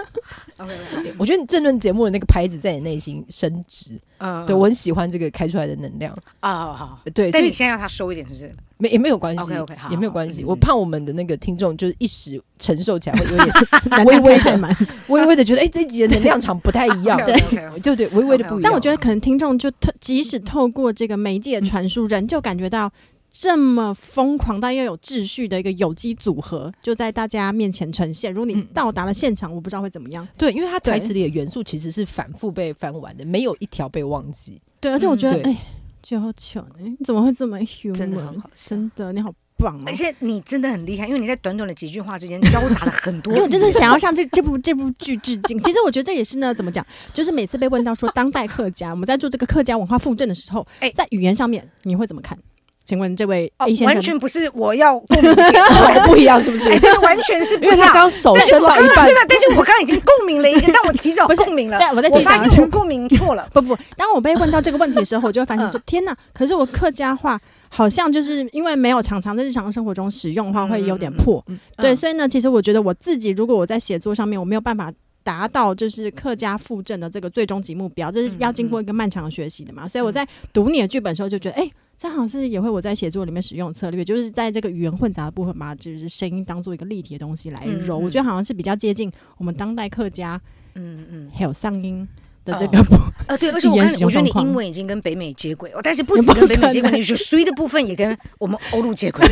S4: OK，OK，OK，嗯，
S2: 我觉得你政论节目的那个牌子在你内心升值，
S4: 嗯
S2: 对我很喜欢这个开出来的能量。
S4: 啊，好好。
S2: 对，所
S4: 但
S2: 以
S4: 你现在让他收一点，是不是？
S2: 没也没有关系
S4: OK，OK，好
S2: 也没有
S4: 好
S2: 关系。
S4: 嗯
S2: 我怕我们的那个听众就是一时承受起来会有点
S3: 能
S2: 微
S3: 量
S2: 微
S3: 太
S2: 的
S3: 太满。
S2: 微微的觉得，哎、这一集的能量场不太一样，
S4: 对 OK，
S2: 对对，微微的不一样。
S3: 但我觉得可能听众就特，即
S2: 嗯
S3: 使透过这个媒介的传输，人就感觉到这么疯狂但又有秩序的一个有机组合，就在大家面前呈现。如果你
S2: 嗯
S3: 到达了现场，我不知道会怎么样。
S2: 对，因为它台
S3: 对
S2: 词里的元素其实是反复被翻完的，没有一条被忘记。
S3: 对，而且我觉得
S2: 嗯，对
S3: 哎，九九，你怎么会这么 human？
S5: 真的很好笑
S3: 真的你好棒哦
S4: 而！且你真的很厉害，因为你在短短的几句话之间交杂了很多。
S3: 因为我真 的想要向这这部这部剧致敬。其实我觉得这也是呢，怎么讲，就是每次被问到说当代客家，我们在做这个客家文化复振的时候，
S4: 哎
S3: 在语言上面你会怎么看？请问这位
S4: 哦
S3: A 先生，
S4: 完全不是我要 共鸣点，
S2: 不一样是不是？
S4: 哎，这个完全是不
S2: 因为
S4: 一样
S2: 他刚手
S4: 但是
S2: 伸
S4: 我
S2: 到
S4: 刚
S2: 一
S4: 刚
S2: 半
S4: 对，吧？但是我刚刚已经共鸣了一个，但我提 早
S3: 不是
S4: 共鸣了。
S3: 对我在啊
S4: 我
S3: 继续
S4: 发
S3: 讲
S4: 现我共鸣错 了。
S3: 不不，当我被问到这个问题的时候，我就会发
S2: 嗯
S3: 现说：天哪！可是我客家话好像就是因为没有常常在日常生活中使用的话，会有点破。
S2: 嗯嗯
S3: 对，
S4: 嗯
S3: 所以呢，其实我觉得我自己如果我在写作上面，我没有办法。达到就是客家复振的这个最终级目标，这是
S2: 嗯
S3: 要经过一个漫长的学习的嘛。所以我在读你的剧本的时候就觉得，哎、这好像是也会我在写作里面使用的策略，就是在这个语言混杂的部分，把就是声音当做一个立体的东西来揉。
S4: 嗯嗯
S3: 我觉得好像是比较接近我们当代客家
S4: 嗯嗯，
S3: 还有上音的
S2: 哦
S3: 这个部分。
S4: 呃，对，而且我
S3: 语言
S4: 看
S3: 使，用
S4: 我觉得你
S3: 状况
S4: 英文已经跟北美接轨，哦但是不止跟北美接轨，你是衰的部分也跟我们欧 陆接轨。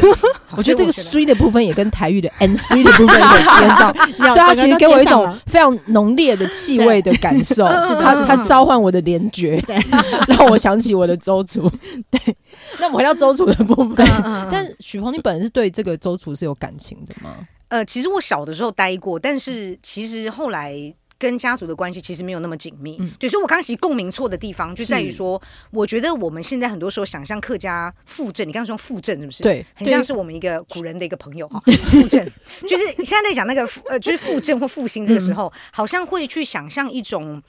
S4: 好
S2: 我觉得这个
S4: 所以
S2: 衰的部分也跟台语的 and 衰的 部分有接上，所以它其实给我一种非常浓烈的气味的感受。
S3: 是的
S2: 它
S3: 是的
S2: 它召唤我的联觉，
S3: 对
S2: 让我想起我的周 族。
S3: 对，
S2: 那我们回到周族的部分，
S4: 我觉得，嗯嗯嗯
S2: 但许鹏，你本人是对这个周族是有感情的吗？
S4: 呃，其实我小的时候待过，但是其实后来。跟家族的关系其实没有那么紧密，
S2: 嗯
S4: 对，所以我刚刚其实共鸣错的地方就是在于说，我觉得我们现在很多时候想象客家复振，你刚刚说复振是不是？，
S2: 对，
S4: 很像是我们一个古人的一个朋友哈，复振，就是现在在讲那个复呃，就是复振或复兴这个时候，好像会去想象一种。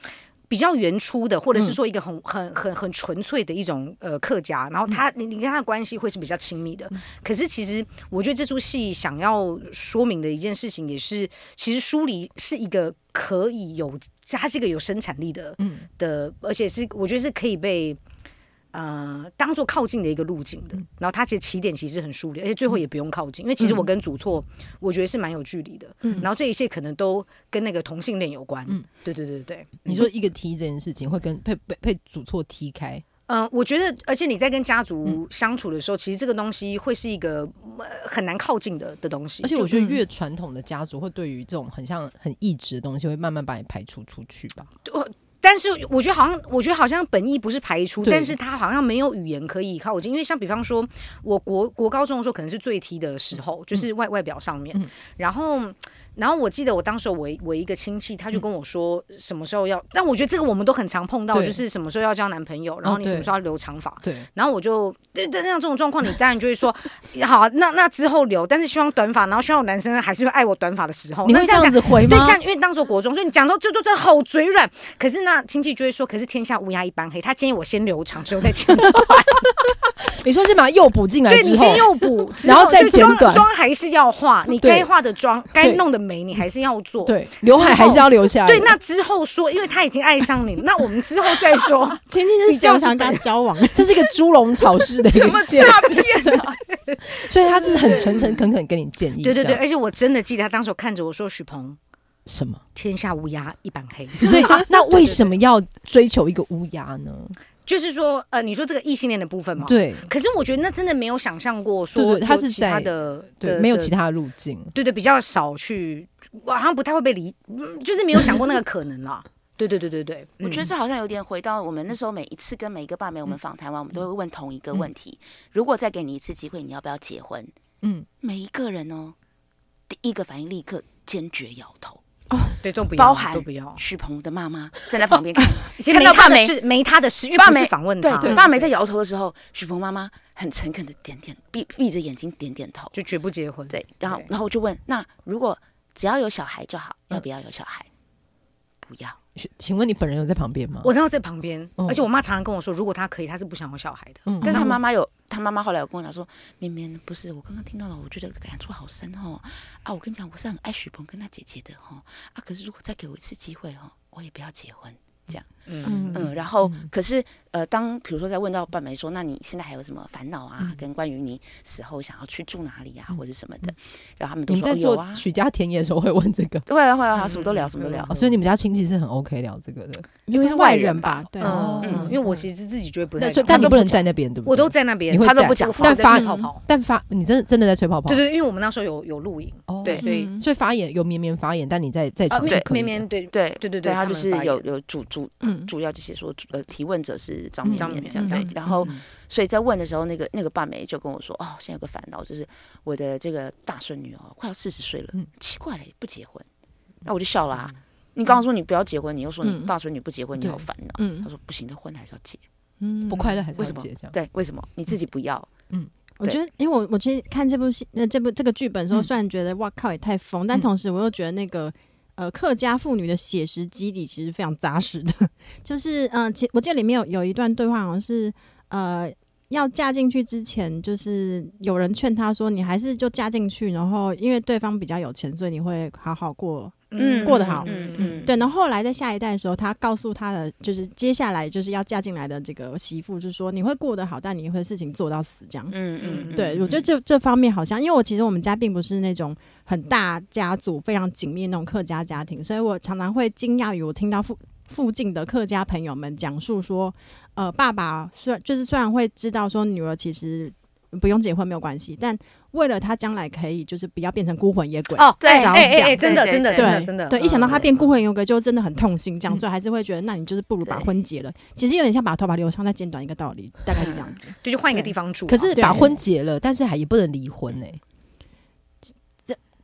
S4: 比较原初的，或者是说一个很很很很纯粹的一种呃客家，然后他你你跟他的关系会是比较亲密的。可是其实我觉得这出戏想要说明的一件事情，也是其实疏离是一个可以有，它是一个有生产力的，
S2: 嗯
S4: 的，而且是我觉得是可以被呃当做靠近的一个路径的。
S2: 嗯
S4: 然后它其实起点其实很疏离，而且最后也不用靠近，因为其实我跟主错，我觉得是蛮有距离的。然后这一切可能都跟那个同性恋有关。
S2: 嗯
S4: 对对对对，
S2: 你说一个踢这件事情会跟被被被主错踢开，
S4: 嗯，我觉得，而且你在跟家
S2: 嗯
S4: 族相处的时候，其实这个东西会是一个、呃很难靠近的的东西。
S2: 而且
S4: 就
S2: 我觉得
S4: 嗯
S2: 越传统的家族会对于这种很像很意志的东西，会慢慢把你排除出去吧。
S4: 但是我觉得好像，我觉得好像本意不是排除，
S2: 对
S4: 但是他好像没有语言可以靠近，因为像比方说，我国国高中的时候可能是最踢的时候，就是外外表上面，
S2: 嗯
S4: 然后。然后我记得我当时我一我一个亲戚，他就跟我说什么时候要，但我觉得这个我们都很常碰到，
S2: 对
S4: 就是什么时候要交男朋友，然后
S2: 哦
S4: 你什么
S2: 对
S4: 时候要留长发，
S2: 对，
S4: 然后我就对对那样这种状况，你当然就会说， 好，那那之后留，但是希望短发，然后希望我男生还是会爱我短发的时候，
S2: 你
S4: 那
S2: 会
S4: 这
S2: 这
S4: 样
S2: 样
S4: 讲
S2: 子回
S4: 对，
S2: 吗
S4: 这？样因为当时我国中，所以你讲到这就真的好嘴软。可是那亲戚就会说，可是天下乌鸦一般黑，他建议我先留长，之后再剪 短。
S2: 你说先把它诱捕进来
S4: 对你
S2: 之
S4: 先
S2: 后，
S4: 诱捕，之
S2: 然后再
S4: 就
S2: 剪
S4: 妆
S2: 短
S4: 妆还是要化，你
S2: 对
S4: 该化的妆，该
S2: 对
S4: 弄的眉，你还是要做。
S2: 对，哎刘海还是要留下来。
S4: 对，那之后说，因为他已经爱上你，那我们之后再说。
S3: 前提是想想跟他交往，
S2: 这是一个猪笼草式的一个线，
S4: 骗啊！
S2: 所以他是很诚诚恳恳跟你建议。
S4: 对对
S2: 这
S4: 对，
S2: 样
S4: 而且我真的记得他当时看着我说：“许鹏，
S2: 什么？
S4: 天下乌鸦一般黑。”
S2: 所以那为什么要追求一个乌鸦呢？
S4: 就是说，呃，你说这个异性恋的部分嘛，
S2: 对
S4: 可是我觉得那真的没有想象过说
S2: 对对它
S4: 有
S2: 是
S4: 其他
S2: 在
S4: 的
S2: 对，
S4: 的
S2: 没有
S4: 的
S2: 其他的路径。
S4: 对对比较少去，我好像不太会被理，嗯就是没有想过那个可能啦。对对对对对，
S5: 我觉得
S4: 嗯
S5: 这好像有点回到我们那时候每一次跟每一个爸妹我
S2: 嗯
S5: 们访谈完，我们都会问同一个问题：如果再给你一次机会，你要不要结婚？
S2: 嗯，
S5: 每一个人哦，第一个反应立刻坚决摇头。
S4: 对，都不要，
S5: 包含
S4: 都不要。
S5: 许鹏的妈妈站在旁边看，
S4: 其实
S5: 看
S4: 没
S5: 到
S4: 他
S5: 爸
S4: 的
S5: 梅
S4: 事，没他的事，因为
S5: 爸
S4: 不是
S5: 梅
S4: 访问
S5: 对
S4: 他，
S5: 对，爸梅在摇头的时候，许鹏妈妈很诚恳的点点，闭闭着眼睛点点头。
S4: 就绝不结婚。
S5: 对，然后
S4: 对
S5: 然后我就问，那如果只要有小孩就好，要不要有小孩？不要。
S2: 请问你本人有在旁边吗？
S4: 我那时候在旁边，
S2: 嗯
S4: 而且我妈常常跟我说，如果她可以，她是不想要小孩的。
S2: 嗯，
S5: 但是他
S2: 那
S5: 妈妈有，他妈妈后来有跟我讲说，绵绵不是，我刚刚听到了，我觉得感触好深哦。啊，我跟你讲，我是很爱许鹏跟他姐姐的哦。啊，可是如果再给我一次机会哦，我也不要结婚。
S4: 嗯，
S5: 嗯，然后可是呃，当比如说在问到半梅说，那你现在还有什么烦恼啊？跟关于你死后想要去住哪里啊，或者什么的，然后他们
S2: 你
S5: 都
S2: 们在
S5: 说、哦、有
S2: 做
S5: 啊，
S2: 许家田野的时候会问这个，
S5: 会啊会啊，什么都聊，什么都聊。
S2: 哦所以你们家亲戚是很 OK 聊这个的。
S3: 因为是外人吧？对，
S4: 嗯嗯，因为我其实自己觉得不
S2: 那
S4: 太敢，
S2: 所以但
S4: 她
S2: 你
S4: 都
S2: 不能在那边，对不对？
S4: 我都在那边，
S2: 你会
S5: 他都
S2: 在
S5: 不讲
S4: 我
S5: 话
S4: 父母在
S2: 但发嗯
S4: 吹泡泡。
S2: 但发你真的真的在吹泡泡，
S4: 对对，因为我们那时候有有录影，
S2: 哦
S4: 对，所以
S3: 嗯
S2: 所以发言有绵绵发言，但你在在
S4: 啊，
S2: 场
S4: 没
S2: 是可以
S4: 没
S2: 的
S4: 没对
S5: 对
S4: 对对对
S5: 对，他
S4: 他
S5: 就
S4: 们
S5: 是
S4: 发言
S5: 有有主主
S3: 嗯
S5: 主要就写说，呃，提问者是张
S2: 嗯
S5: 绵
S4: 张
S5: 绵
S4: 绵
S5: 这样
S4: 这
S5: 子
S4: 样。
S3: 子
S5: 然后
S4: 嗯
S5: 所以在问的时候，那个那个爸梅就跟我说：“哦，现在有个烦恼，就是我的这个大孙女哦，快要四十岁了
S2: 嗯，
S5: 奇怪嘞，不结婚。”那我就笑啦、啊你刚刚说你不要结婚，你又说
S3: 嗯
S5: 你大孙女不结婚，你
S2: 对
S5: 好烦恼。
S3: 嗯
S5: 他说：“不行，的婚还是要结。
S3: 嗯
S2: 不快乐还是
S5: 为
S2: 要
S5: 什么
S2: 结这样？
S5: 对，为什么你自己不要？
S3: 我
S5: 对
S3: 觉得，因为我我其实看这部戏，呃，这部这个剧本的时候，
S2: 嗯
S3: 虽然觉得哇靠也太疯，但
S2: 嗯
S3: 同时我又觉得那个呃客家妇女的写实基底其实非常扎实的， 就是嗯、呃其我记得里面有有一段对话，好像是呃要嫁进去之前，就是有人劝她说，你还是就嫁进去，然后因为对方比较有钱，所以你会好好过。过得好
S5: 嗯嗯，
S3: 对，然后后来在下一代的时候，她告诉她的就是接下来就是要嫁进来的这个媳妇，就是说你会过得好，但你会事情做到死这样。
S5: 嗯嗯，嗯
S3: 对，我觉得这这方面好像，因为我其实我们家并不是那种很大家族、非常紧密的那种客家家庭，所以我常常会惊讶于我听到附附近的客家朋友们讲述说，呃，爸爸虽然就是虽然会知道说女儿其实不用结婚没有关系，但为了她将来可以就是不要变成孤魂野鬼。
S4: 哦，对，
S3: 着
S4: 哎哎哎，
S3: 想
S4: 真的
S5: 对
S4: 真的真
S5: 对
S3: 对
S4: 的，真的，
S3: 对，一想到她
S4: 嗯
S3: 变孤魂野鬼，就真的很痛心，这
S2: 嗯
S3: 样，所以还是会觉得，那你就是不如把
S5: 对
S3: 婚结了。其实有点像把头发留长再剪短一个道理，大概是这样子。
S4: 对就换一个
S3: 对
S4: 地方住啊。
S2: 可是
S3: 对
S2: 把婚结了，但是还也不能离婚呢、欸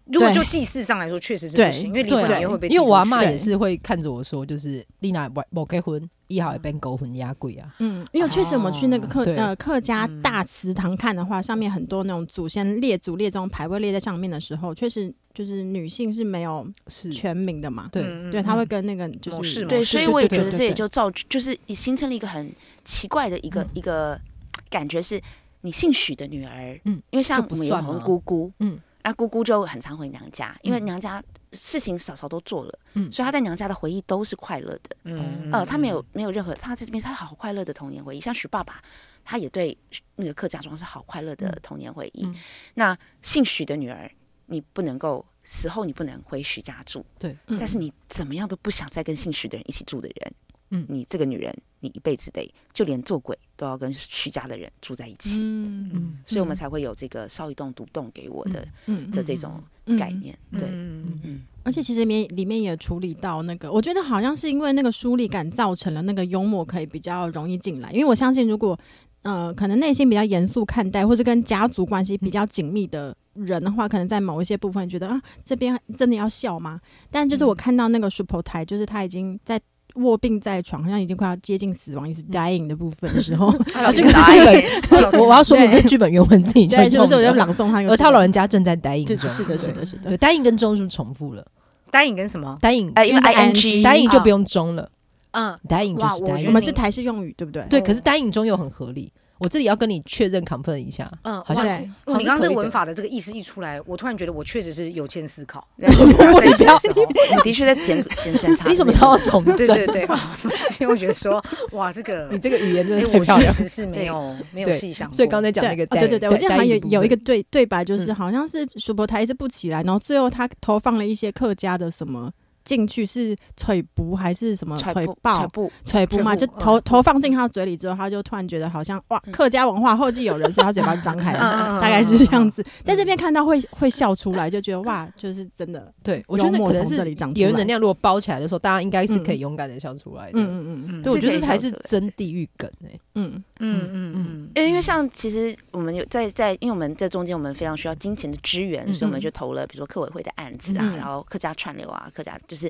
S4: 如果
S3: 对
S4: 就祭祀上来说，确实是
S3: 对
S4: 不行，因为离
S2: 对
S4: 婚
S2: 啊，
S4: 也会被
S2: 因为我阿
S4: 妈
S2: 妈
S3: 对
S2: 也是会看着我说，就是丽娜不不结婚，一号也变狗魂压鬼啊。
S3: 嗯，因为确实我们去那个客、
S2: 对
S3: 呃客家大祠堂看的话，上面很多那种祖先列祖列宗牌位列在上面的时候，确实就是女性是没有
S2: 是，
S3: 全名的嘛。
S2: 嗯对，
S4: 嗯
S3: 对，她会跟那个就
S4: 某
S3: 是
S4: 氏某
S5: 对，
S4: 是
S5: 所以
S3: 对
S5: 我也
S3: 对
S5: 觉
S3: 对
S5: 得这也
S3: 对
S5: 就造就是也形成了一个很奇怪的一
S2: 嗯
S5: 个、一个感觉，是你姓许的女儿，
S2: 嗯，
S5: 因为像
S2: 就不
S5: 我们有
S2: 算
S5: 红
S2: 吗
S5: 姑姑，
S2: 嗯，
S5: 那姑姑就很常回娘家，因为
S2: 嗯
S5: 娘家事情嫂嫂都做了，
S2: 嗯
S5: 所以她在娘家的回忆都是快乐的，
S4: 嗯
S5: 呃，她没有没有任何，她在这边她好快乐的童年回忆，像许爸爸。他也对那个客家庄是好快乐的
S2: 嗯
S5: 童年回忆。
S2: 嗯
S5: 那姓许的女儿，你不能够死后你不能回许家住，
S3: 嗯
S5: 但是你怎么样都不想再跟姓许的人一起住的人，
S2: 嗯
S5: 你这个女人，你一辈子得就连做鬼都要跟徐家的人住在一起，
S3: 嗯
S2: 嗯，
S5: 所以我们才会有这个烧一栋独栋给我的、
S3: 嗯
S5: 的这种
S3: 嗯
S5: 概念，对。
S4: 嗯
S5: 嗯，
S3: 而且其实里面里面也处理到那个，我觉得好像是因为那个疏离感造成了那个幽默可以比较容易进来，因为我相信如果呃可能内心比较严肃看待，或是跟家族关系比较紧密的人的话，可能在某一些部分觉得啊这边真的要笑吗？但就是
S2: 嗯
S3: 我看到那个 Super 台，就是他已经在。卧病在床，好像已经快要接近死亡，也是 dying 的部分的时 候，
S4: 啊
S2: 哦这个是剧本，我我要说明这
S3: 对
S2: 剧本原文自己就
S3: 对，是不是？
S2: 弄
S3: 我
S2: 的
S3: 就朗诵他一个剧本，
S2: 而他老人家正在答应
S3: 是
S2: 中，
S3: 的，是的，是的，是的
S2: 对，，答应跟中是不是重复了，
S4: 答应跟什么？
S2: 答应
S5: 哎、因为
S3: 就是
S5: ing，
S2: 答应就不用中了，
S4: 嗯，
S2: 答应就
S4: 哇
S2: 是答
S4: 我觉
S3: 我
S2: 应
S4: 得，
S3: 们是台式用语，对不对？
S2: 对，可是答应中又很合理。我这里要跟你确认 confirm 一下，
S4: 嗯
S2: 好像
S4: 哇
S3: 对，
S2: 好像
S4: 你刚刚这
S2: 是可
S4: 个
S2: 以的
S4: 文法的这个意思一出来，我突然觉得我确实是有欠思考。
S5: 对 我
S4: 在
S5: 也
S4: 学
S5: 不
S4: 的
S5: 要
S4: 时候，
S5: 你的确在检检检查。
S2: 你什么时候要重
S4: 对
S2: 整
S4: 对？对，所以我觉得说，哇，这个
S2: 你这个语言真
S4: 哎，
S2: 的太
S4: 我
S2: 漂
S4: 确
S2: 亮。
S4: 实是没有没有
S2: 对
S4: 细想过。
S2: 所以刚才讲
S3: 对
S2: 那个
S3: 哦，对对对，我记得好像有有一个对对白，就是
S2: 嗯
S3: 好像是苏伯台一直不起来，然后最后他投放了一些客家的什么进去，是吹布还是什么
S5: 揣
S3: 吹
S5: 布，揣
S3: 爆？
S5: 布，
S3: 吹布嘛，
S4: 吹
S3: 就
S4: 布
S3: 投
S4: 嗯
S3: 投放进他嘴里之后，他就突然觉得好像哇，客家文化后继有人，所以他嘴巴就张开
S4: 嗯，
S3: 了。
S4: 嗯
S3: 大概是这样。子，在这边看到会会笑出来，就觉得哇，就是真的，
S2: 对，我觉得
S3: 幽默
S2: 可能
S3: 从
S2: 是
S3: 这里长出
S2: 演员
S3: 来
S2: 能量如果包起来的时候，大家应该是可以勇敢的笑出来的。
S3: 嗯嗯嗯，
S4: 嗯嗯
S2: 对，我觉得
S5: 是可以
S2: 这才
S5: 笑
S2: 是
S5: 出来的
S2: 真地狱梗哎、欸
S4: 嗯
S2: 对，我觉得这才是
S3: 嗯，
S5: 是可以笑出来的
S2: 嗯
S4: 嗯嗯嗯，
S5: 因为因为像其实我们有在在，因为我们在中间我们非常需要金钱的支援，
S2: 嗯
S5: 所以我们就投了比如说客委会的案子啊，
S3: 嗯
S5: 然后客家串流啊，客家就是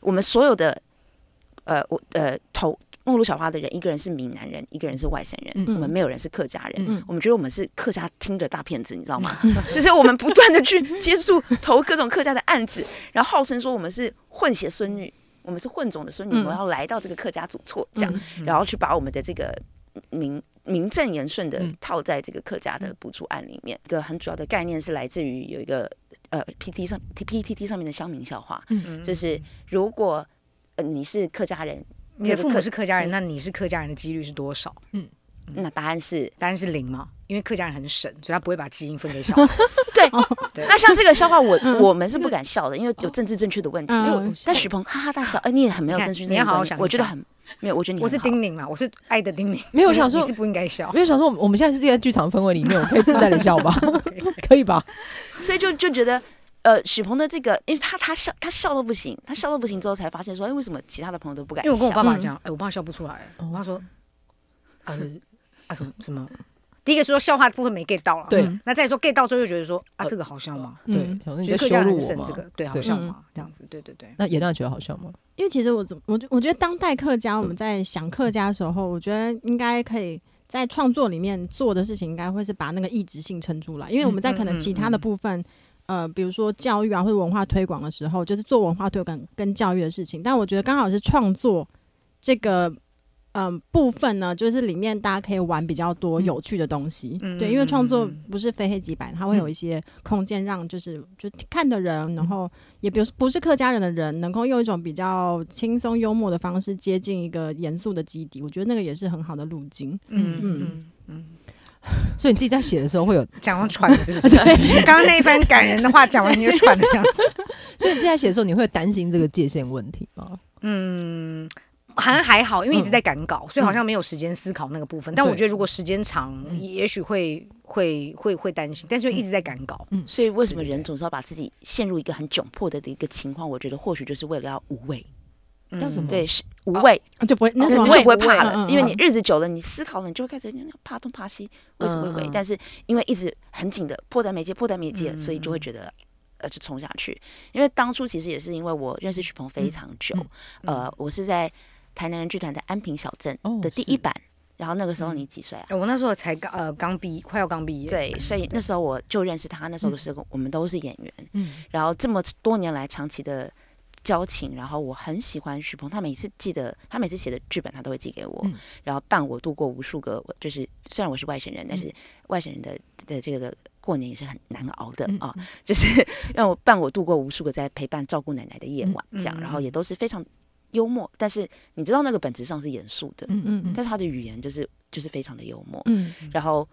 S5: 我们所有的呃我呃投末路小花的人，一个人是闽南人，一个人是外省人，
S2: 嗯
S5: 我们没有人是客家人。
S2: 嗯
S5: 我们觉得我们是客家听的大骗子，你知 道吗？
S3: 嗯
S5: 就是我们不断的去接触投各种客家的案子，然后号称说我们是混血孙女，我们是混种的孙女，
S3: 嗯
S5: 我们要来到这个客家祖厝这样。
S3: 嗯
S5: 然后去把我们的这个名名正言顺的
S2: 嗯
S5: 套在这个客家的补助案里面。一个很主要的概念是来自于有一个呃 PT 上 PTT 上面的乡民笑话，
S4: 嗯
S5: 就是如果、呃、你是客家人，
S4: 你的父母是客家人，
S5: 嗯
S4: 那你是客家人的几率是多少？
S3: 嗯
S5: 那答案是
S4: 当然是零嘛，因为客家人很省，所以他不会把基因分给小孩。 对
S5: 那像这个笑话我，
S3: 嗯
S5: 我们是不敢笑的，因为有政治正确的问题。
S3: 嗯
S2: 因为我
S5: 但许鹏哈哈大笑，哎、你也很没有
S4: 你看
S5: 政治
S4: 你
S5: 正确
S4: 要好好
S5: 观
S4: 想
S5: 念，
S4: 一
S5: 我觉得
S4: 下
S5: 很没有，我觉得你
S4: 我是
S5: 很好
S4: 叮咛啦，我是爱的叮咛。
S2: 没有
S4: 你
S2: 想说
S4: 你是不应该笑
S2: 因。为想说我们我们现在是在剧场氛围里面，我可以自在的笑吧，可以吧？
S5: 所以就就觉得，呃，许鹏的这个，因为他他笑他笑到不行，他笑到不行之后才发现说，哎，为什么其他的朋友都不敢
S4: 因为我跟我
S5: 笑
S4: 爸爸讲，哎、我爸笑不出来，
S2: 哦
S4: 我爸说，啊是啊什么什么。第一个是说笑话的部分没 get 到了，
S2: 对
S4: 嗯那再说 get 到之后就觉得说啊这个好笑吗？
S2: 对
S3: 嗯，
S2: 想说你在
S4: 觉得客
S2: 羞
S4: 家人
S2: 辱
S4: 很
S2: 我
S4: 省
S2: 吗
S4: 这？个，对，好
S2: 对
S4: 笑
S3: 嗯
S4: 吗？这样子，对对对，
S2: 那颜亮觉得好笑吗？
S3: 因为其实我怎我我觉得当代客家，我们在想客家的时候，我觉得应该可以。在创作里面做的事情，应该会是把那个异质性撑出来，因为我们在可能其他的部分，呃，比如说教育啊或者文化推广的时候，就是做文化推广跟教育的事情。但我觉得刚好是创作这个嗯、部分呢，就是里面大家可以玩比较多有趣的东西。
S4: 嗯
S3: 对，因为创作
S4: 嗯嗯
S3: 不是非黑即白，它会有一些空间让就是就看的人，然后也比如不是客家人的人，能够用一种比较轻松幽默的方式接近一个严肃的基底，我觉得那个也是很好的路径。
S4: 嗯
S3: 嗯
S4: 嗯嗯，
S2: 所以你自己在写的时候会有，
S4: 讲完喘了是不 是？刚刚那一番感人的话讲完你就喘了这样子。
S2: 所以你自己在写的时候你会担心这个界限问题吗？
S4: 嗯，好像还好，因为一直在赶稿，所以好
S2: 嗯
S4: 像没有时间思考那个部分。但
S2: 对嗯
S4: 我觉得如果时间长，也许会会会会担心，但是因为一直在赶稿。
S5: 所以为什么
S4: 对对对
S5: 人总是要把自己陷入一个很窘迫的一个情况？我觉得或许就是为了要无畏，
S4: 嗯
S2: 叫什么
S5: 对，是无畏，
S3: 就不会那
S5: 你
S3: 时
S5: 就
S3: 候
S5: 不会
S4: 畏
S3: 嗯
S5: 怕
S3: 嗯
S5: 了，
S3: 嗯
S5: 因为你日子久了，你思考了，你就会开始怕东怕西，畏什么畏
S4: 嗯嗯
S5: 畏？但是因为一直很紧的迫在眉睫，迫在眉睫，所以就会觉得。呃，就冲下去。因为当初其实也是因为我认识许鹏非常久，呃，我是在台南人剧团的安平小镇
S2: 哦
S5: 的第一
S2: 是
S5: 版。然后那个时候你几岁啊？
S4: 哎我那时候才刚呃刚毕快要刚毕业，
S5: 对，所以那时候我就认识他，那时候是我们都是演员，
S2: 嗯，
S5: 然后这么多年来长期的交情，然后我很喜欢许鹏，他每次记得他每次写的剧本，他都会寄给我，
S2: 嗯
S5: 然后伴我度过无数个，我就是虽然我是外省人，但
S2: 嗯
S5: 是外省人的的这个过年也是很难熬的、
S2: 嗯
S5: 啊， 就是让我伴我度过无数个在陪伴照顾奶奶的夜晚，
S4: 嗯
S5: 这样，
S4: 嗯
S5: 然后也都是非常幽默，但是你知道那个本质上是严肃的，
S2: 嗯嗯嗯，
S5: 但是他的语言就是就是非常的幽默，
S3: 嗯
S5: 然后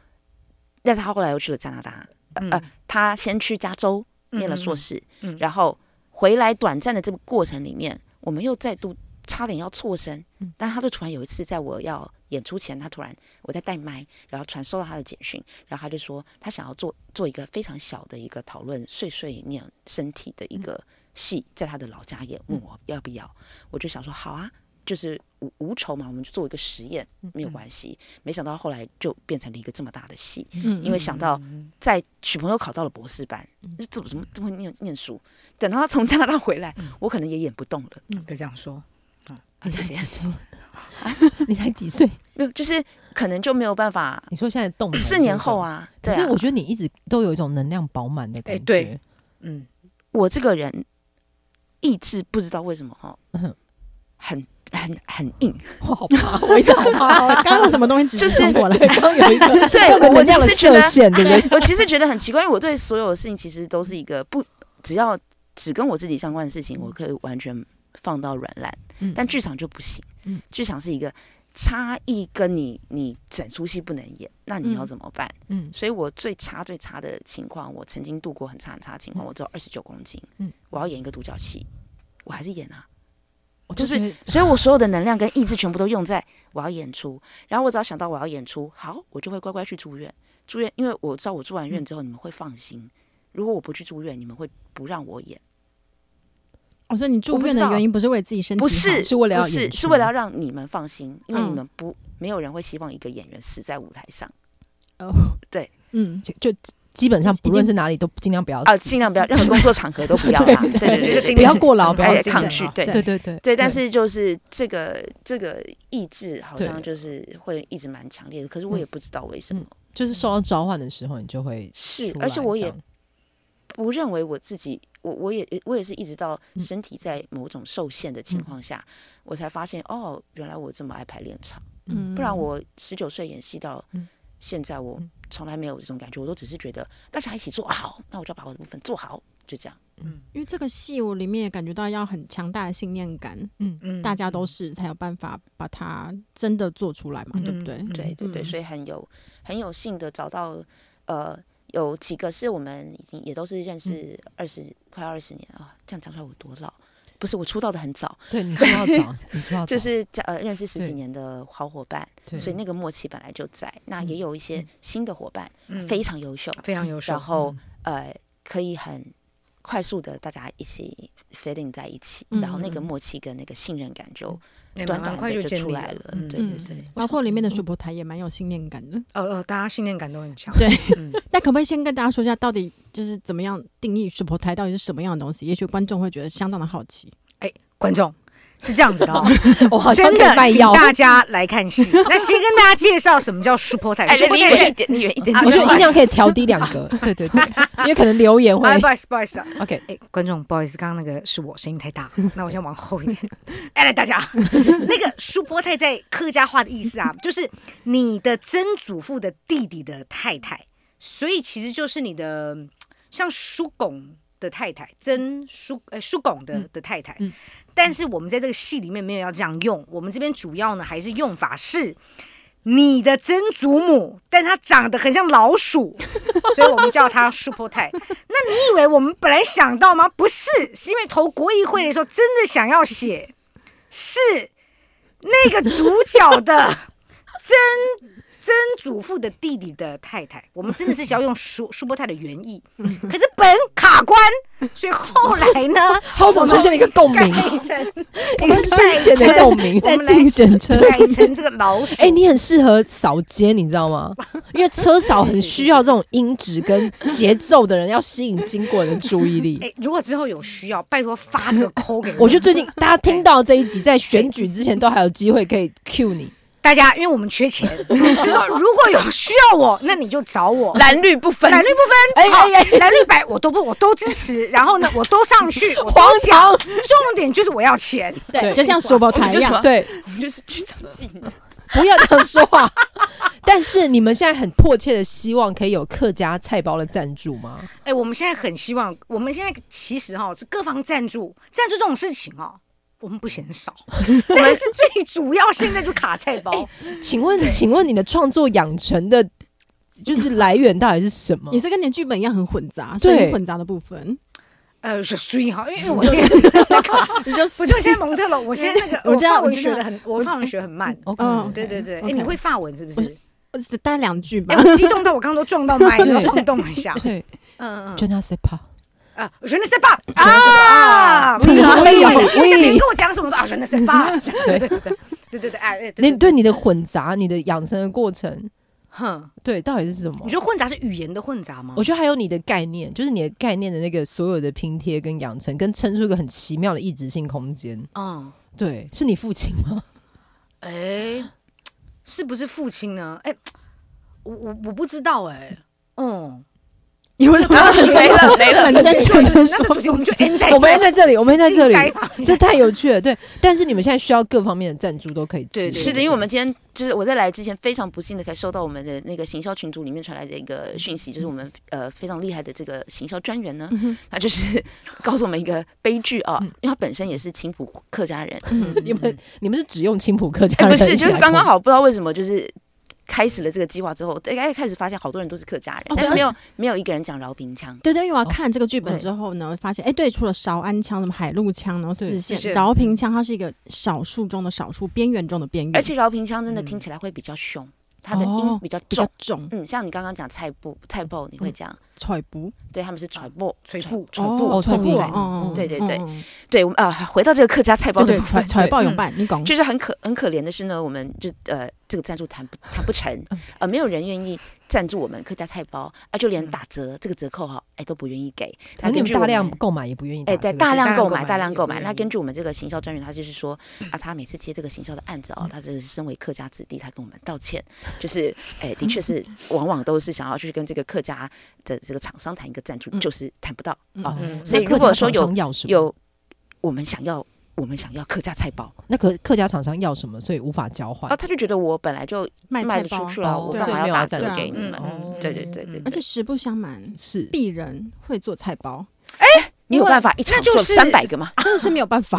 S5: 但是他后来又去了加拿大，
S4: 嗯，
S5: 呃他先去加州念了硕士，
S4: 嗯嗯嗯
S5: 然后回来短暂的这个过程里面，我们又再度差点要错身，
S4: 嗯
S5: 但他就突然有一次，在我要演出前，他突然我在带麦，然后传收到他的简讯，然后他就说他想要做做一个非常小的一个讨论碎碎念身体的一个
S4: 嗯
S5: 戏，在他的老家演，问我要不要，我就想说好啊。就是无无酬嘛，我们就做一个实验，
S4: 嗯
S5: 没有关系。没想到后来就变成了一个这么大的戏，
S3: 嗯
S5: 因为想到在许朋友考到了博士班，
S2: 嗯
S5: 这怎么怎么这么会念念书？等到他从加拿大回
S2: 嗯
S5: 来，我可能也演不动了。
S4: 别嗯这样说，嗯
S2: 你才几岁？ 你才几岁？
S5: 没有，就是可能就没有办法。
S2: 你说现在动能
S5: 四年后，啊，
S2: 可
S5: 对
S2: 是
S5: 啊
S2: 我觉得你一直都有一种能量饱满的感觉。
S4: 哎对嗯，
S5: 我这个人意志不知道为什么哈
S2: 嗯，
S5: 很很很硬。
S2: 我好怕，我一下 好怕。
S3: 刚刚有什么东西指示我了？
S2: 刚刚有一个，
S5: 对
S2: 有个
S5: 我
S2: 能量的
S5: 其实觉
S2: 射
S5: 得
S2: 线，对不对？
S5: 我其实觉得很奇怪，因为我对所有事情其实都是一个不只要只跟我自己相关的事情，我可以完全放到软烂。
S2: 嗯
S5: 但剧场就不行
S2: 嗯。
S5: 剧场是一个差异跟你你整出戏不能演，那你
S3: 嗯
S5: 要怎么办？
S2: 嗯，
S5: 所以我最差最差的情况，我曾经度过很差很差的情况，我只有二十九公斤，
S2: 嗯
S5: 我要演一个独角戏，我还是演啊，
S2: 我就
S5: 就是是所以我所有的能量跟意志全部都用在我要演出，然后我只要想到我要演出，好，我就会乖乖去住院，住院，因为我知道我住完院之后你们会放心，如果我不去住院，你们会不让我演，
S3: 我说你住院的原因不是为了自己身体好，
S5: 不是
S2: 是为了要
S5: 不是
S2: 演出
S5: 是为了要让你们放心，因为你们不、没有人会希望一个演员死在舞台上
S3: 哦，
S5: 对，
S3: 嗯，
S2: 就就基本上不论是哪里都尽量不要
S5: 啊，
S2: 死
S5: 尽量不要任何工作场合都不要啦。对对对对
S2: 不
S5: 对，
S2: 要过 劳，不要
S5: 哎
S2: 死
S5: 抗
S2: 人
S5: 拒
S2: 啊
S5: 对
S2: 对对对
S5: 对，但是就是这个这个意志好像
S2: 对
S5: 就是会一直蛮强烈的，可是我也不知道为什么，
S2: 就是受到召唤的时候，你就会
S5: 是
S2: 出，
S5: 而且
S2: 来
S5: 我
S2: 这
S5: 也
S2: 样
S5: 不认为我自己，我我也我也是一直到
S2: 嗯
S5: 身体在某种受限的情况下，我才发现哦，原来我这么爱排练场，
S3: 嗯
S5: 不然我十九岁演戏到
S2: 嗯
S5: 现在，我
S2: 嗯
S5: 从来没有这种感觉，我都只是觉得大家一起做好，那我就把我的部分做好，就这样。
S3: 因为这个戏我里面也感觉到要很强大的信念感，
S4: 嗯
S3: 大家都是才有办法把它真的做出来嘛，对不对？
S5: 对对对，
S3: 嗯
S5: 所以很有很有幸的找到呃。有几个是我们已经也都是认识二十、快二十年啊、这样讲出来我多老，不是我出道的很早，
S2: 对 你出道早，你出道早
S5: 就是讲呃认识十几
S2: 对
S5: 年的好伙伴，
S2: 对
S5: 所以那个默契本来就在。那也有一些新的伙伴、
S4: 嗯
S5: 非常优秀，
S4: 非常优秀
S5: 然。后、呃可以很快速的大家一起 fitting 在一起，然后那个
S4: 嗯
S5: 默契跟那个信任感就
S4: 哎
S5: 短
S4: 蛮
S5: 短
S4: 快
S5: 的
S4: 建
S5: 出
S4: 立
S5: 来了。
S4: 嗯
S5: 对对对，
S3: 包括里面的水波台也蛮有信念感的。
S4: 呃呃，大家信念感都很强。
S3: 对
S4: 嗯，
S3: 那可不可以先跟大家说一下，到底就是怎么样定义水波台到底是什么样的东西？也许观众会觉得相当的好奇。
S4: 观众是这样子的 哦，
S2: 我好像
S4: 真
S2: 可以
S4: 的
S2: 卖
S4: 请
S2: 药，
S4: 大家来看戏。 那先跟大家介绍什么叫 super 台
S5: 哎，
S4: ，super
S5: 离
S4: 台
S5: 远一点，离远一点。
S4: 啊
S2: 我觉得音量可以调低两格，对对对， 因为可能留言会
S4: 哎，不好意思，不好意思啊，
S2: OK，
S4: 哎，观众，不好意思，刚刚那个是我声音太大， 那我先往后一点。 哎，来大家，那个苏波太在客家话的意思啊， 就是你的曾祖父的弟弟的太太，所以其实就是你的嗯像叔公的太太，曾叔哎叔公的的太太。
S2: 嗯
S4: 但是我们在这个戏里面没有要这样用，我们这边主要呢还是用法是。你的曾祖母，但她长得很像老鼠，所以我们叫她 Super 太。那你以为我们本来想到吗？不是，是因为投国议会的时候真的想要写，是那个主角的 曾曾祖父的弟弟的太太。我们真的是想要用舒舒波泰的原意，可是本卡关，所以后来呢，
S2: 好怎么出现了一个共
S4: 改
S2: 鸣，
S4: 成
S2: 一个深陷的共鸣。
S3: 在竞选车，
S4: 改成这个老鼠。
S2: 哎、你很适合扫街，你知道吗？因为车少很需要这种音质跟节奏的人，要吸引经过人的注意力。
S4: 哎、如果之后有需要，拜托发这个扣给我。
S2: 我觉得最近大家听到这一集，在选举之前都还有机会可以 cue 你。
S4: 大家，因为我们缺钱，所以说如果有需要我，那你就找我。
S5: 蓝绿不分，
S4: 蓝绿不
S2: 哎
S4: 分，好
S2: 哎哎，
S4: 蓝绿白我都不，我都支持。然后呢，我都上去，我都
S2: 荒
S4: 讲。重点就是我要钱，
S2: 对哎
S3: 就像水波台一
S5: 我们就
S3: 样
S5: 说。
S2: 对，
S5: 我们就是剧场技能。
S2: 不要这样说话。 但是你们现在很迫切的希望可以有客家菜包的赞助吗？
S4: 哎、我们现在很希望，我们现在其实哈、是各方赞助，赞助这种事情哦，我们不嫌少，但是最主要现在就卡菜包。
S2: 请问，请问你的创作养成的，就是来源到底是什么
S3: 也？是跟你的剧本一样很混杂，
S2: 对
S3: 声音混杂的部分。
S4: 呃，是虽哈，因为因为我现在那个，
S3: 你就
S4: 我就现在蒙特了，我现在那个
S3: 我知道
S4: 法
S3: 我
S4: 文
S3: 知道
S4: 学的很，我法文学很慢。
S2: 哦 OK，
S3: 嗯
S4: 对对对，哎、
S3: OK
S4: 你会法文是不
S3: 我
S4: 是？
S3: 我只待两句吧
S4: 哎、。我激动到我刚刚都撞到麦了，
S2: 对
S4: 晃动了一下。
S2: 对
S4: 嗯嗯嗯。
S2: j o n a s e p a
S4: 啊，je ne sais pas 啊，
S2: ne sais pas
S4: 你好厉害！
S2: Oui,
S4: 因为
S2: oui
S4: 别人跟我讲什么，我说啊，je ne sais pas 这样。
S2: 对
S4: 对对对对对对，哎哎，
S2: 你
S4: 对
S2: 对，你的混杂，你的养成的过程，
S4: 哼，
S2: 对，到底是什么
S4: 你？觉得混杂是语言的混杂吗
S2: 我？觉得还有你的概念，就是你的概念的那个所有的拼贴跟养成，跟撑出一个很奇妙的异质性空间。
S4: 嗯，
S2: 对，是你父 亲吗？
S4: 哎，是不是父亲呢？哎，我我我不知道哎， 嗯，
S3: 你为什么要很真诚、很真诚的
S4: 那个主题
S3: 说？
S4: 我们就 end 在
S2: 我们
S4: 这
S2: 在这里，我们在这
S4: 进下一
S2: 里，
S4: 趴
S2: 这太有趣了。对，但是你们现在需要各方面的赞助都可以
S4: 对
S2: 支
S4: 对
S2: 持。
S5: 是的，因为我们今天就是我在来之前非常不幸的才收到我们的那个行销群组里面传来的一个讯息，就是我们呃非常厉害的这个行销专员呢，
S4: 嗯
S5: 他就是 告诉我们一个悲剧啊，因为他本身也是青浦客家人，
S4: 嗯
S2: 你们你们是只用青浦客家
S5: 哎
S2: 人、
S5: 不是，就是刚刚。好，不知道为什么就是。开始了这个计划之后，大家开始发现好多人都是客家人，
S3: 哦对嗯
S5: 但是没有没有一个人讲饶平腔。
S3: 对对，因为我要看了这个剧本之后呢，发现哎，对，除了韶安腔、什么海陆腔，然后
S2: 对
S3: 四
S4: 四
S3: 线、
S4: 线
S3: 饶平腔，它是一个少数中的少数，边缘中的边缘，
S5: 而且饶平腔真的听起来会比较凶，他的
S3: 哦
S5: 音比较
S3: 比
S5: 重
S3: 较。重。
S5: 嗯，像你刚刚讲菜布菜布，你会讲
S3: 踹步，
S5: 对，他们是揣布，
S4: 垂布
S5: 揣布。
S2: 哦
S3: 踹步
S2: 踹
S3: 啊
S2: 步
S3: 哦，哦
S5: 对对对，
S3: 哦哦
S5: 对，我们啊，回到这个客家菜包
S3: 对对
S5: 的部
S3: 踹
S5: 分，
S3: 踹爆
S4: 对
S3: 永办，你讲
S5: 嗯就是很可很可怜的是呢，我们就呃这个赞助谈不谈不成，
S3: 嗯
S5: 呃没有人愿意赞助我们客家菜包啊，就
S3: 嗯
S5: 连打折、这个折扣哈，哎都不愿意给。
S2: 可能你
S5: 根
S2: 们
S5: 据
S2: 大
S5: 我
S2: 量
S5: 们
S2: 购买也不愿意打
S5: 哎，
S2: 这个
S5: 对，
S2: 折，
S5: 大量
S4: 大量
S5: 购
S4: 购
S5: 买，
S4: 买
S5: 大量
S4: 也
S5: 购
S4: 不
S5: 买。
S4: 愿
S5: 那
S4: 意
S5: 根据我们这个行销专员，他就是说啊，他每次接这个行销的案子哦，他这是身为客家子弟，他跟我们道歉， 就是哎，的确是往往都是想要去跟这个客家的这个厂商谈一个赞助，
S3: 嗯
S5: 就是谈不到啊。
S2: 嗯
S4: 嗯
S5: 所以
S2: 那
S5: 如
S2: 客家
S5: 果说
S2: 厂
S5: 有
S2: 商要什么，
S5: 有我们想要，我们想要客家菜包
S2: 那客客家厂商要什么，所以无法交换
S5: 啊，。他就觉得我本来就
S3: 卖
S5: 卖
S3: 菜
S5: 不
S3: 包啊
S5: 出，去了，
S2: 哦
S5: 我
S3: 对
S5: 干
S3: 所以
S5: 嘛
S2: 没有
S5: 要打
S2: 要赞
S5: 折
S3: 助
S5: 给你
S4: 嗯
S5: 们？
S4: 嗯
S5: 对对对对
S4: 嗯
S5: 对
S3: 而且实不相 瞒，
S2: 是
S3: 鄙人会做菜包，
S5: 你
S3: 因
S5: 有
S3: 为
S5: 办法一场
S4: 就
S5: 做
S4: 是
S5: 三百个吗？
S3: 真的是没有 办法。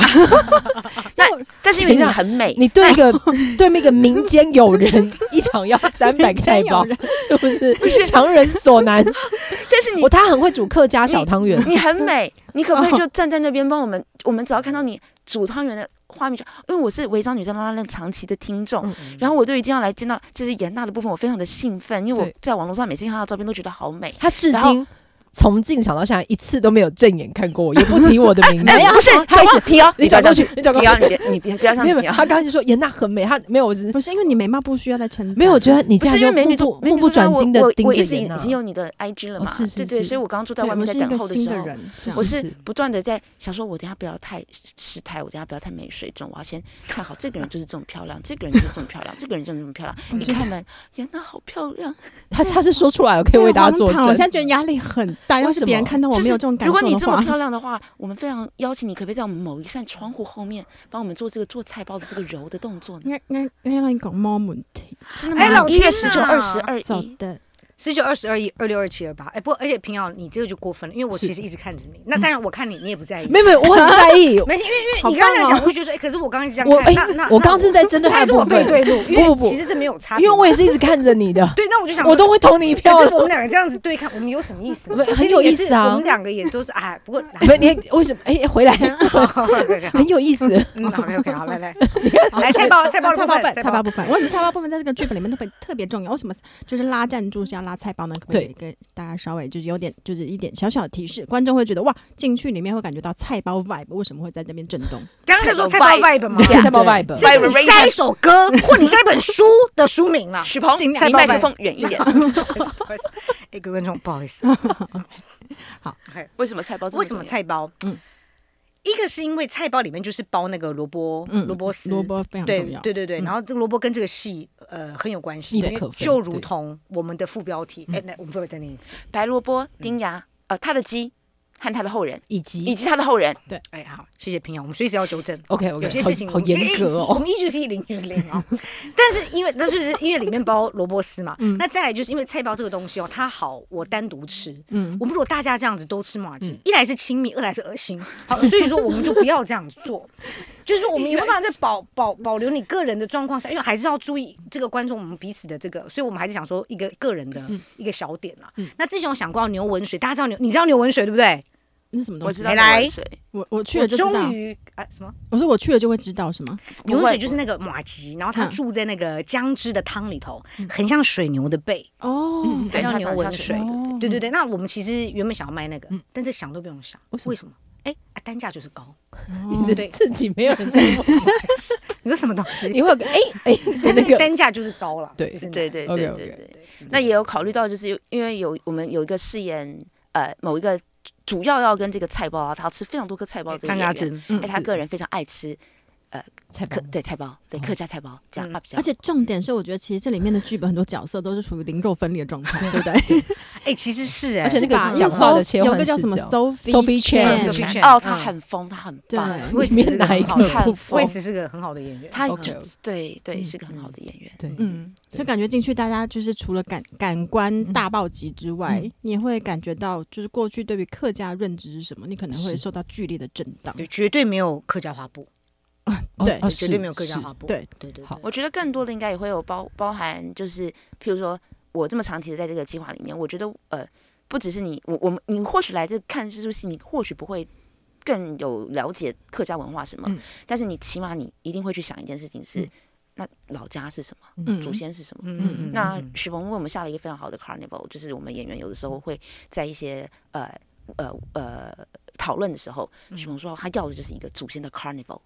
S5: 但是因为
S2: 等一
S5: 你
S2: 下
S5: 很美，
S2: 你对一个 对面一个民间友人一场 要三百个菜包
S3: 民间，
S2: 是不是强人所难？
S5: 但是你嗯
S2: 我他很会煮客家小汤圆，
S5: 你 很美，你可不可以
S3: 哦
S5: 就站在那边帮我们？我们只要看到你煮汤圆的画面就，因为我是违章女生拉拉链长期的听众，
S2: 嗯
S5: 然后我对于今天要来见到就是严娜的部分，我非常的兴奋，因为我
S2: 对
S5: 在网络上每次看到她的照片都觉得好美。
S2: 他至
S5: 然后
S2: 今从进场到现在一次都没有正眼看过我，也不提我的名字。
S3: 哎没有
S5: 不是
S2: 他
S5: 小
S2: 一
S5: 王
S2: 直
S5: 皮哦，
S2: 你
S5: 不要
S2: 转过
S5: 这
S2: 去
S5: 样，，
S2: 你转过
S5: 皮
S2: 去
S5: 哦，，你别你别不要这
S2: 没有没
S5: 样皮
S2: 有，
S5: 哦。
S2: 他刚才就说严娜很美，他没有，我只是
S3: 不是因为你眉毛不需要再撑大，
S2: 没有，我觉得你
S5: 不
S2: 这
S5: 是
S2: 样
S5: 因为
S2: 就
S5: 美
S2: 目
S5: 女
S2: 不
S5: 都
S2: 目不转睛的
S5: 我
S2: 盯
S5: 我
S2: 着
S5: 一直已
S2: 严娜
S5: 已，经有你的 IG 了
S2: 哦
S5: 嘛？
S2: 是是
S5: 对对，
S2: 是
S5: 所以我刚刚住在
S3: 对
S5: 外
S3: 我
S5: 面
S3: 是
S5: 在
S3: 一
S5: 等
S3: 个
S5: 候的
S3: 新
S5: 时
S3: 的
S5: 候，
S3: 人，
S2: 是
S5: 我是不断的在想说，我等下不要太失态，我等下不要太没水准，我要先看好这个人就是这么漂亮，这个人就是这么漂亮，这个人就是这么漂 亮。你看们，妍娜好漂亮。
S2: 他他是说出来了，可以为大家作
S3: 荒唐我
S2: 证
S3: 现在。觉得压力很大，要
S2: 为
S3: 是
S2: 什
S3: 别人
S2: 么
S3: 看到我
S5: 就是
S3: 没有这种感
S5: 如
S3: 受
S5: 果你
S3: 的
S5: 这么
S3: 话，
S5: 漂亮的话，我们非常邀请你，可不可以在我们某一扇窗户后面帮我们做这个做菜包的这个揉的动作呢
S3: 应？该应该应该让你讲猫问题，
S5: 真的
S4: 哎
S5: 吗？
S4: 老
S5: 一月十
S4: 天
S5: 九、
S4: 啊
S5: 二十、二
S3: 走
S5: 一，
S3: 的
S4: 十九、二十、二一、二六、二七、二八。哎，不过，而且平遥，你这个就过分了，因为我
S2: 是
S4: 其实一直看着你。那当然，我看你，你也不在意。
S2: 没有没有，我很在意。
S4: 没事，因为因为
S3: 好
S4: 你刚才
S3: 棒哦
S4: 讲，我就觉得说，哎，可是我刚刚一直这
S2: 我
S4: 样
S2: 哎
S4: 看，那那，
S2: 我刚刚是在针对他
S4: 还是
S2: 的
S4: 我
S2: 部
S4: 背
S2: 分，
S4: 对 路，因
S2: 不
S4: 为
S2: 不不
S4: 其实这没有差别
S2: 因
S4: 嘛，
S2: 为我也是一直看着你的，
S4: 对，那我就想，
S2: 我都会投你一票
S4: 可
S2: 的
S4: 是。我们两个这样子对看，我们有什么意思呢
S2: 不？很
S4: 其实
S2: 有
S4: 也
S2: 意思
S4: 是
S2: 啊
S4: 我们两个也都是哎，不过
S2: 不，你为什么？哎，回来
S4: 啊
S2: 很有意思。
S4: 嗯，OK OK，好，来来，来哎菜包菜包
S3: 啊
S4: 的
S3: 菜
S4: 部
S3: 包
S4: 分
S3: 本菜
S4: 菜包
S3: 包部分，我问你菜包部分在这个剧本里面特别特别重要，为什么就是拉赞助是要拉菜包呢？可不可以给大家稍微就是有点就是一点小小的提示，观众会觉得哇进去里面会感觉到菜包 vibe，为什么会在这边震动？
S4: 刚刚在说菜包 vibe 吗？
S2: 菜包 vibe，
S4: 这是你下一首歌或你下一本书的书名了。
S5: 许鹏，
S3: 尽
S5: 离
S3: 量
S5: 麦克
S4: 慢
S5: 风远一 点。
S4: 哎，各位观众，不好意思，
S3: 好
S4: ，OK，
S5: 为什么菜包这么重要？
S4: 为什么菜包？
S3: 嗯
S4: 嗯，一个是因为菜包里面就是包那个萝卜
S3: 嗯，
S4: 萝卜丝，
S3: 萝卜非常
S4: 对
S3: 重要，
S4: 对对对，
S3: 嗯
S4: 然后这个萝卜跟这个戏呃很有关系，
S2: 密不
S4: 因为
S2: 可分
S4: 就如
S2: 对
S4: 同我们的副标题，
S3: 嗯
S4: 哎，那我们会不会再念一次？
S5: 白萝卜、丁牙，呃，他的鸡和他的后人，
S2: 以
S5: 以
S2: 及
S5: 及他的后人，
S4: 哎，好，谢谢平遥，我们随时要纠正。
S2: OK OK，
S4: 有些事情
S2: 好严格
S4: 我们我
S2: 哦。
S4: 们一就是一，零就是零哦。 但是因为那就是因为里面包萝卜丝嘛，
S2: 嗯
S4: 那再来就是因为菜包这个东西哦，它好，我单独吃。
S3: 嗯
S4: 我们如果大家这样子都吃麻
S2: 嗯
S4: 吉，一来是亲密，二来是恶心。好，所以说我们就不要这样子做，就是我们有没有办法在保保保留你个人的状况下，因为还是要注意这个观众我们彼此的这个，所以我们还是想说一个个人
S2: 嗯
S4: 的一个小点啦。啊那之前我想过要牛文水，大家知道牛，你知道牛文水对不对？
S3: 那是什么
S5: 我
S3: 东
S5: 知
S3: 西？
S5: 道的
S4: 来
S5: 万岁
S3: 我我去
S4: 我
S3: 了就知道
S4: 终，于啊什么？
S3: 我说我去了就会知道是吗？
S4: 牛
S5: 不会
S4: 水就是那个马吉，然后它
S3: 嗯
S4: 住在那个姜汁的汤里头，很像水牛的背，
S3: 哦，
S4: 它
S5: 对
S4: 叫
S5: 它
S4: 牛
S5: 长得
S4: 文
S5: 像
S4: 水
S5: 水。
S3: 哦
S4: 对对对，那我们其实原本想要卖那个
S2: 嗯，
S4: 但这想都不用想，
S2: 为什么
S4: 为什么？哎，啊单价就是高。
S2: 你的
S4: 对
S2: 自己没有人在摸，
S4: 你说什么东西？
S2: 你会有个哎哎的那
S4: 那个
S2: 个
S4: 单价就是高了。
S2: 对
S4: 就是那
S5: 对对对
S2: OK，
S5: 对
S2: OK
S5: 对对。
S4: 嗯
S5: 那也有考虑到，就是因为有我们有一个饰演呃某一个主要要跟这个菜包啊，他要吃非常多颗菜包的这个
S4: 张
S5: 演
S4: 家
S5: 员，
S4: 珍，
S5: 哎，他个人非常爱吃呃
S2: 菜
S5: 客
S2: 包哦
S5: 对菜包，对客家菜包，这样
S4: 嗯
S5: 他比较
S3: 而。且重点是，我觉得其实这里面的剧本很多角色都是处于灵肉分裂的状态，对不对？
S4: 哎，其实是哎，
S2: 而且那个
S3: 吧因为
S2: 讲话的
S3: Soph-
S2: 切换
S3: 有个叫什么
S2: 视角
S3: Sophie
S2: Sophie Chan
S4: Sophie
S3: Chan，
S4: Chan
S5: 哦，他
S4: 嗯
S5: 很疯，他很
S3: 对，
S5: 棒，
S4: 我也
S2: 里
S4: 其实
S2: 面哪一
S4: 很好
S2: 个不
S5: 看
S4: 我
S2: 疯
S4: 也？只是个很好的演员。
S5: 他就
S2: OK，OK
S5: 对对
S2: 嗯
S5: 是个很好的演员。
S2: 对，
S3: 嗯，所以感觉进去，大家就是除了感感官大暴击之外，
S2: 嗯
S3: 你也会感觉到，就是过去对于客家认知是什么，你可能会
S2: 是
S3: 受到剧烈的震荡。
S4: 对，绝对没有客家花布，
S2: 哦
S3: 对
S2: 啊
S4: 绝
S2: 是
S4: 对没有客家
S2: 是
S4: 花布。
S3: 对
S4: 对对，
S2: 好
S5: 我觉得更多的应该也会有包包含，就是譬如说我这么长期的在这个计划里面，我觉得呃，不只是你，我我们你或许来这看这出戏，你或许不会更有了解客家文化什么，
S2: 嗯
S5: 但是你起码你一定会去想一件事情是。那老家是什么，
S3: 嗯
S5: 祖先是什么。
S4: 嗯
S3: 嗯
S4: 嗯
S5: 那
S4: 嗯
S5: 许鹏为我们下了一个非常好的 carnival，就是我们演员有的时候会在一些呃呃呃讨论的时候，许鹏说他要的就是一个祖先的 carnival，、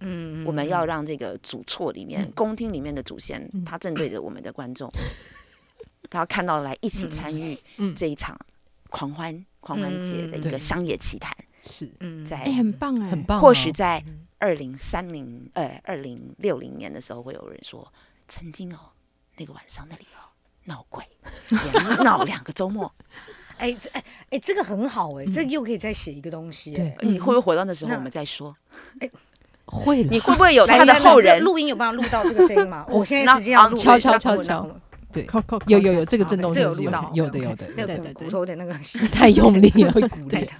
S4: 嗯嗯
S5: 我们要让这个主错里面、宫厅里面的祖先，
S2: 嗯
S5: 他正对着我们的观众，他要看到来一起参与
S2: 嗯
S5: 这一场狂欢狂欢节的一
S2: 嗯
S5: 个商业奇谈，
S2: 是
S4: 嗯
S5: 在
S3: 哎、很棒哎、
S2: 很棒、哦
S5: 或许在二零三零呃二零六零年的时候，会有人说，曾经哦那个晚上那里哦闹鬼，连闹两个周末，
S4: 哎这哎哎这个很好哎，这个又可以再写一个东西
S2: 对
S4: 哎。
S5: 你会不会活到那时候
S4: 那
S5: 我们再说？
S2: 会了
S5: 你，会不会有
S4: 来
S5: 哦他的
S4: 来来
S5: 后
S4: 这
S5: 人？啊
S4: 录音有办法录到这个声音吗？我现在直接要录，
S2: 敲敲
S4: 那
S2: 敲
S4: 我
S2: 敲
S4: 那我
S2: 对，
S3: 扣扣扣
S2: 有有有，这个震动
S4: 这
S2: 性
S4: 有
S2: 是
S4: 录
S2: 有
S4: 到
S2: 的，有的有的，
S4: 那
S2: 有的
S3: 对
S4: 个
S3: 对对
S4: 骨头的那个戏
S2: 太用力 了，会骨
S4: 太
S2: 裂。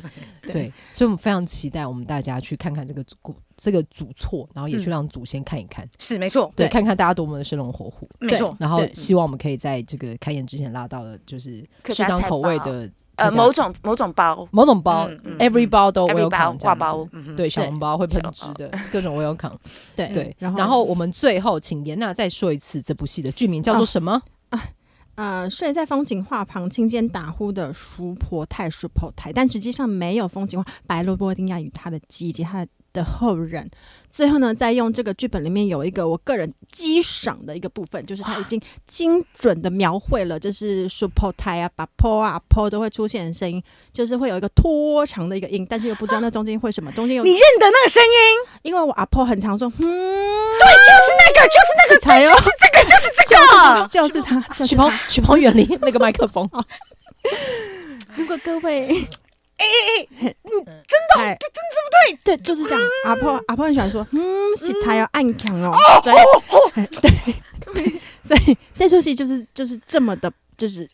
S2: 对，所以我们非常期待我们大家去看看这个祖古这个祖错，然后也去让祖先看一看，
S4: 是没错，
S3: 对
S2: 看看大家多么的生龙活虎。
S4: 没错，
S2: 然后
S3: 对
S2: 希望我们可以在这个开演之前拉到了就是
S5: 客
S2: 适
S5: 家
S2: 当
S5: 菜
S2: 口味
S5: 包
S2: 的客
S5: 呃，
S2: 家
S5: 某种某种包
S2: 某种包
S4: 嗯嗯
S2: ，every 包都 welcome，
S5: ，every 包
S2: 这样
S5: 挂
S2: 子
S5: 包，
S2: 对小
S3: 对
S2: 笼包会喷
S5: 小笼
S2: 汁
S5: 包
S2: 的各种 welcome，
S3: 对
S2: 对。
S3: 然后
S2: 然后我们最后请严娜再说一次这部戏的剧名叫做
S3: 哦
S2: 什么？
S3: 呃，睡在风景画旁，听见打呼的叔婆太叔婆太，但实际上没有风景画。白萝卜丁亚与他的鸡以及他的后人，最后呢，再用这个剧本里面有一个我个人激赏的一个部分，就是他已经精准的描绘了，就是叔婆太啊、把坡啊、坡都会出现的声音，就是会有一个拖长的一个音，但是又不知道那中间会什么，中间有
S4: 啊你，认得那个声音，
S3: 因为我阿婆很常说，嗯，
S4: 对，就是那个，就是那个，
S2: 才哦，
S4: 这个就是这个。
S3: 就是他，就是
S2: 许鹏
S3: 他。，
S2: 许鹏远离那个麦克风，
S3: 如果各位。
S4: 哎哎哎，
S3: 哎，真的不对，对，就是这样。阿婆阿婆很喜欢说，嗯，洗茶要暗强哦，所以哎 对对， 所以这出戏就是就是这么的，就是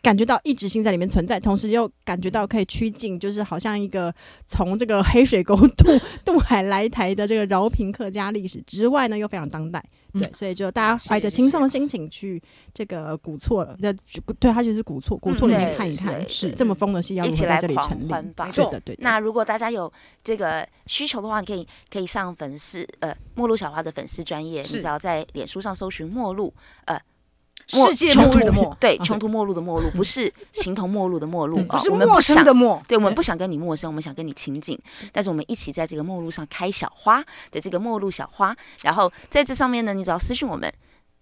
S3: 感觉到一直性在里面存在，同时又感觉到可以趋近，就是好像一个从这个黑水沟渡 渡海来台的这个饶平客家历史之外呢，又非常当代。对，
S2: 嗯
S3: 所以就大家怀着轻松的心情去这个古错了，那对，它就是古错，古错里面
S5: 对
S3: 看一看，
S5: 是
S3: 这么疯的戏要
S5: 一
S3: 如
S5: 起
S3: 何在
S5: 来
S3: 这里
S5: 狂
S3: 成立？
S5: 欢吧
S4: 没。
S3: 对
S4: 错
S3: 的，对的。
S5: 那如果大家有这个需求的话，你可以可以上粉丝呃末路小花的粉丝专业，你
S4: 是
S5: 只要在脸书上搜寻末路末
S4: 世界末日的末，
S5: 对
S3: 啊
S5: 穷途末路的末路，不是形同陌路的陌路
S2: 对
S5: 啊，
S4: 嗯不是
S5: 我们不
S4: 陌生
S5: 想
S4: 的陌，
S5: 对，我们
S3: 对
S5: 不想跟你陌生，我们想跟你亲近。但是我们一起在这个陌路上开小花的这个陌路小花，然后在这上面呢，你只要私信我们，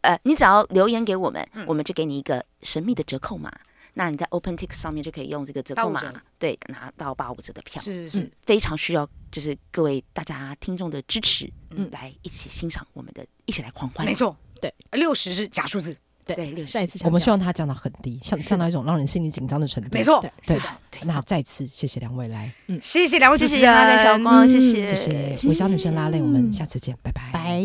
S5: 呃，你只要留言给我们，
S4: 嗯
S5: 我们就给你一个神秘的折扣码。那你在 OpenTix 上面就可以用这个折
S4: 八
S5: 扣
S4: 五
S5: 码
S4: 折，
S5: 对，拿到八五折的票，
S4: 是是是，
S5: 非常需要就是各位大家听众的支持，
S3: 嗯
S5: 来一起欣赏我们的，一起来狂欢
S4: 没。错，
S3: 对，
S4: 六十是假数字，
S5: 对，六十
S3: 再一次强 调，
S2: 我们希望他降到很低，降降到一种让人心里紧张的程度。
S4: 没，错
S3: 对，
S2: 嗯对
S4: 是的对。
S2: 那再次谢谢两位来，呃
S4: 谢谢两位主
S5: 谢
S4: 持
S5: 谢
S4: 人，
S5: 大家小光，谢
S3: 嗯
S5: 谢，
S2: 谢谢微小女生拉累，我们下次见，拜拜。
S3: 拜。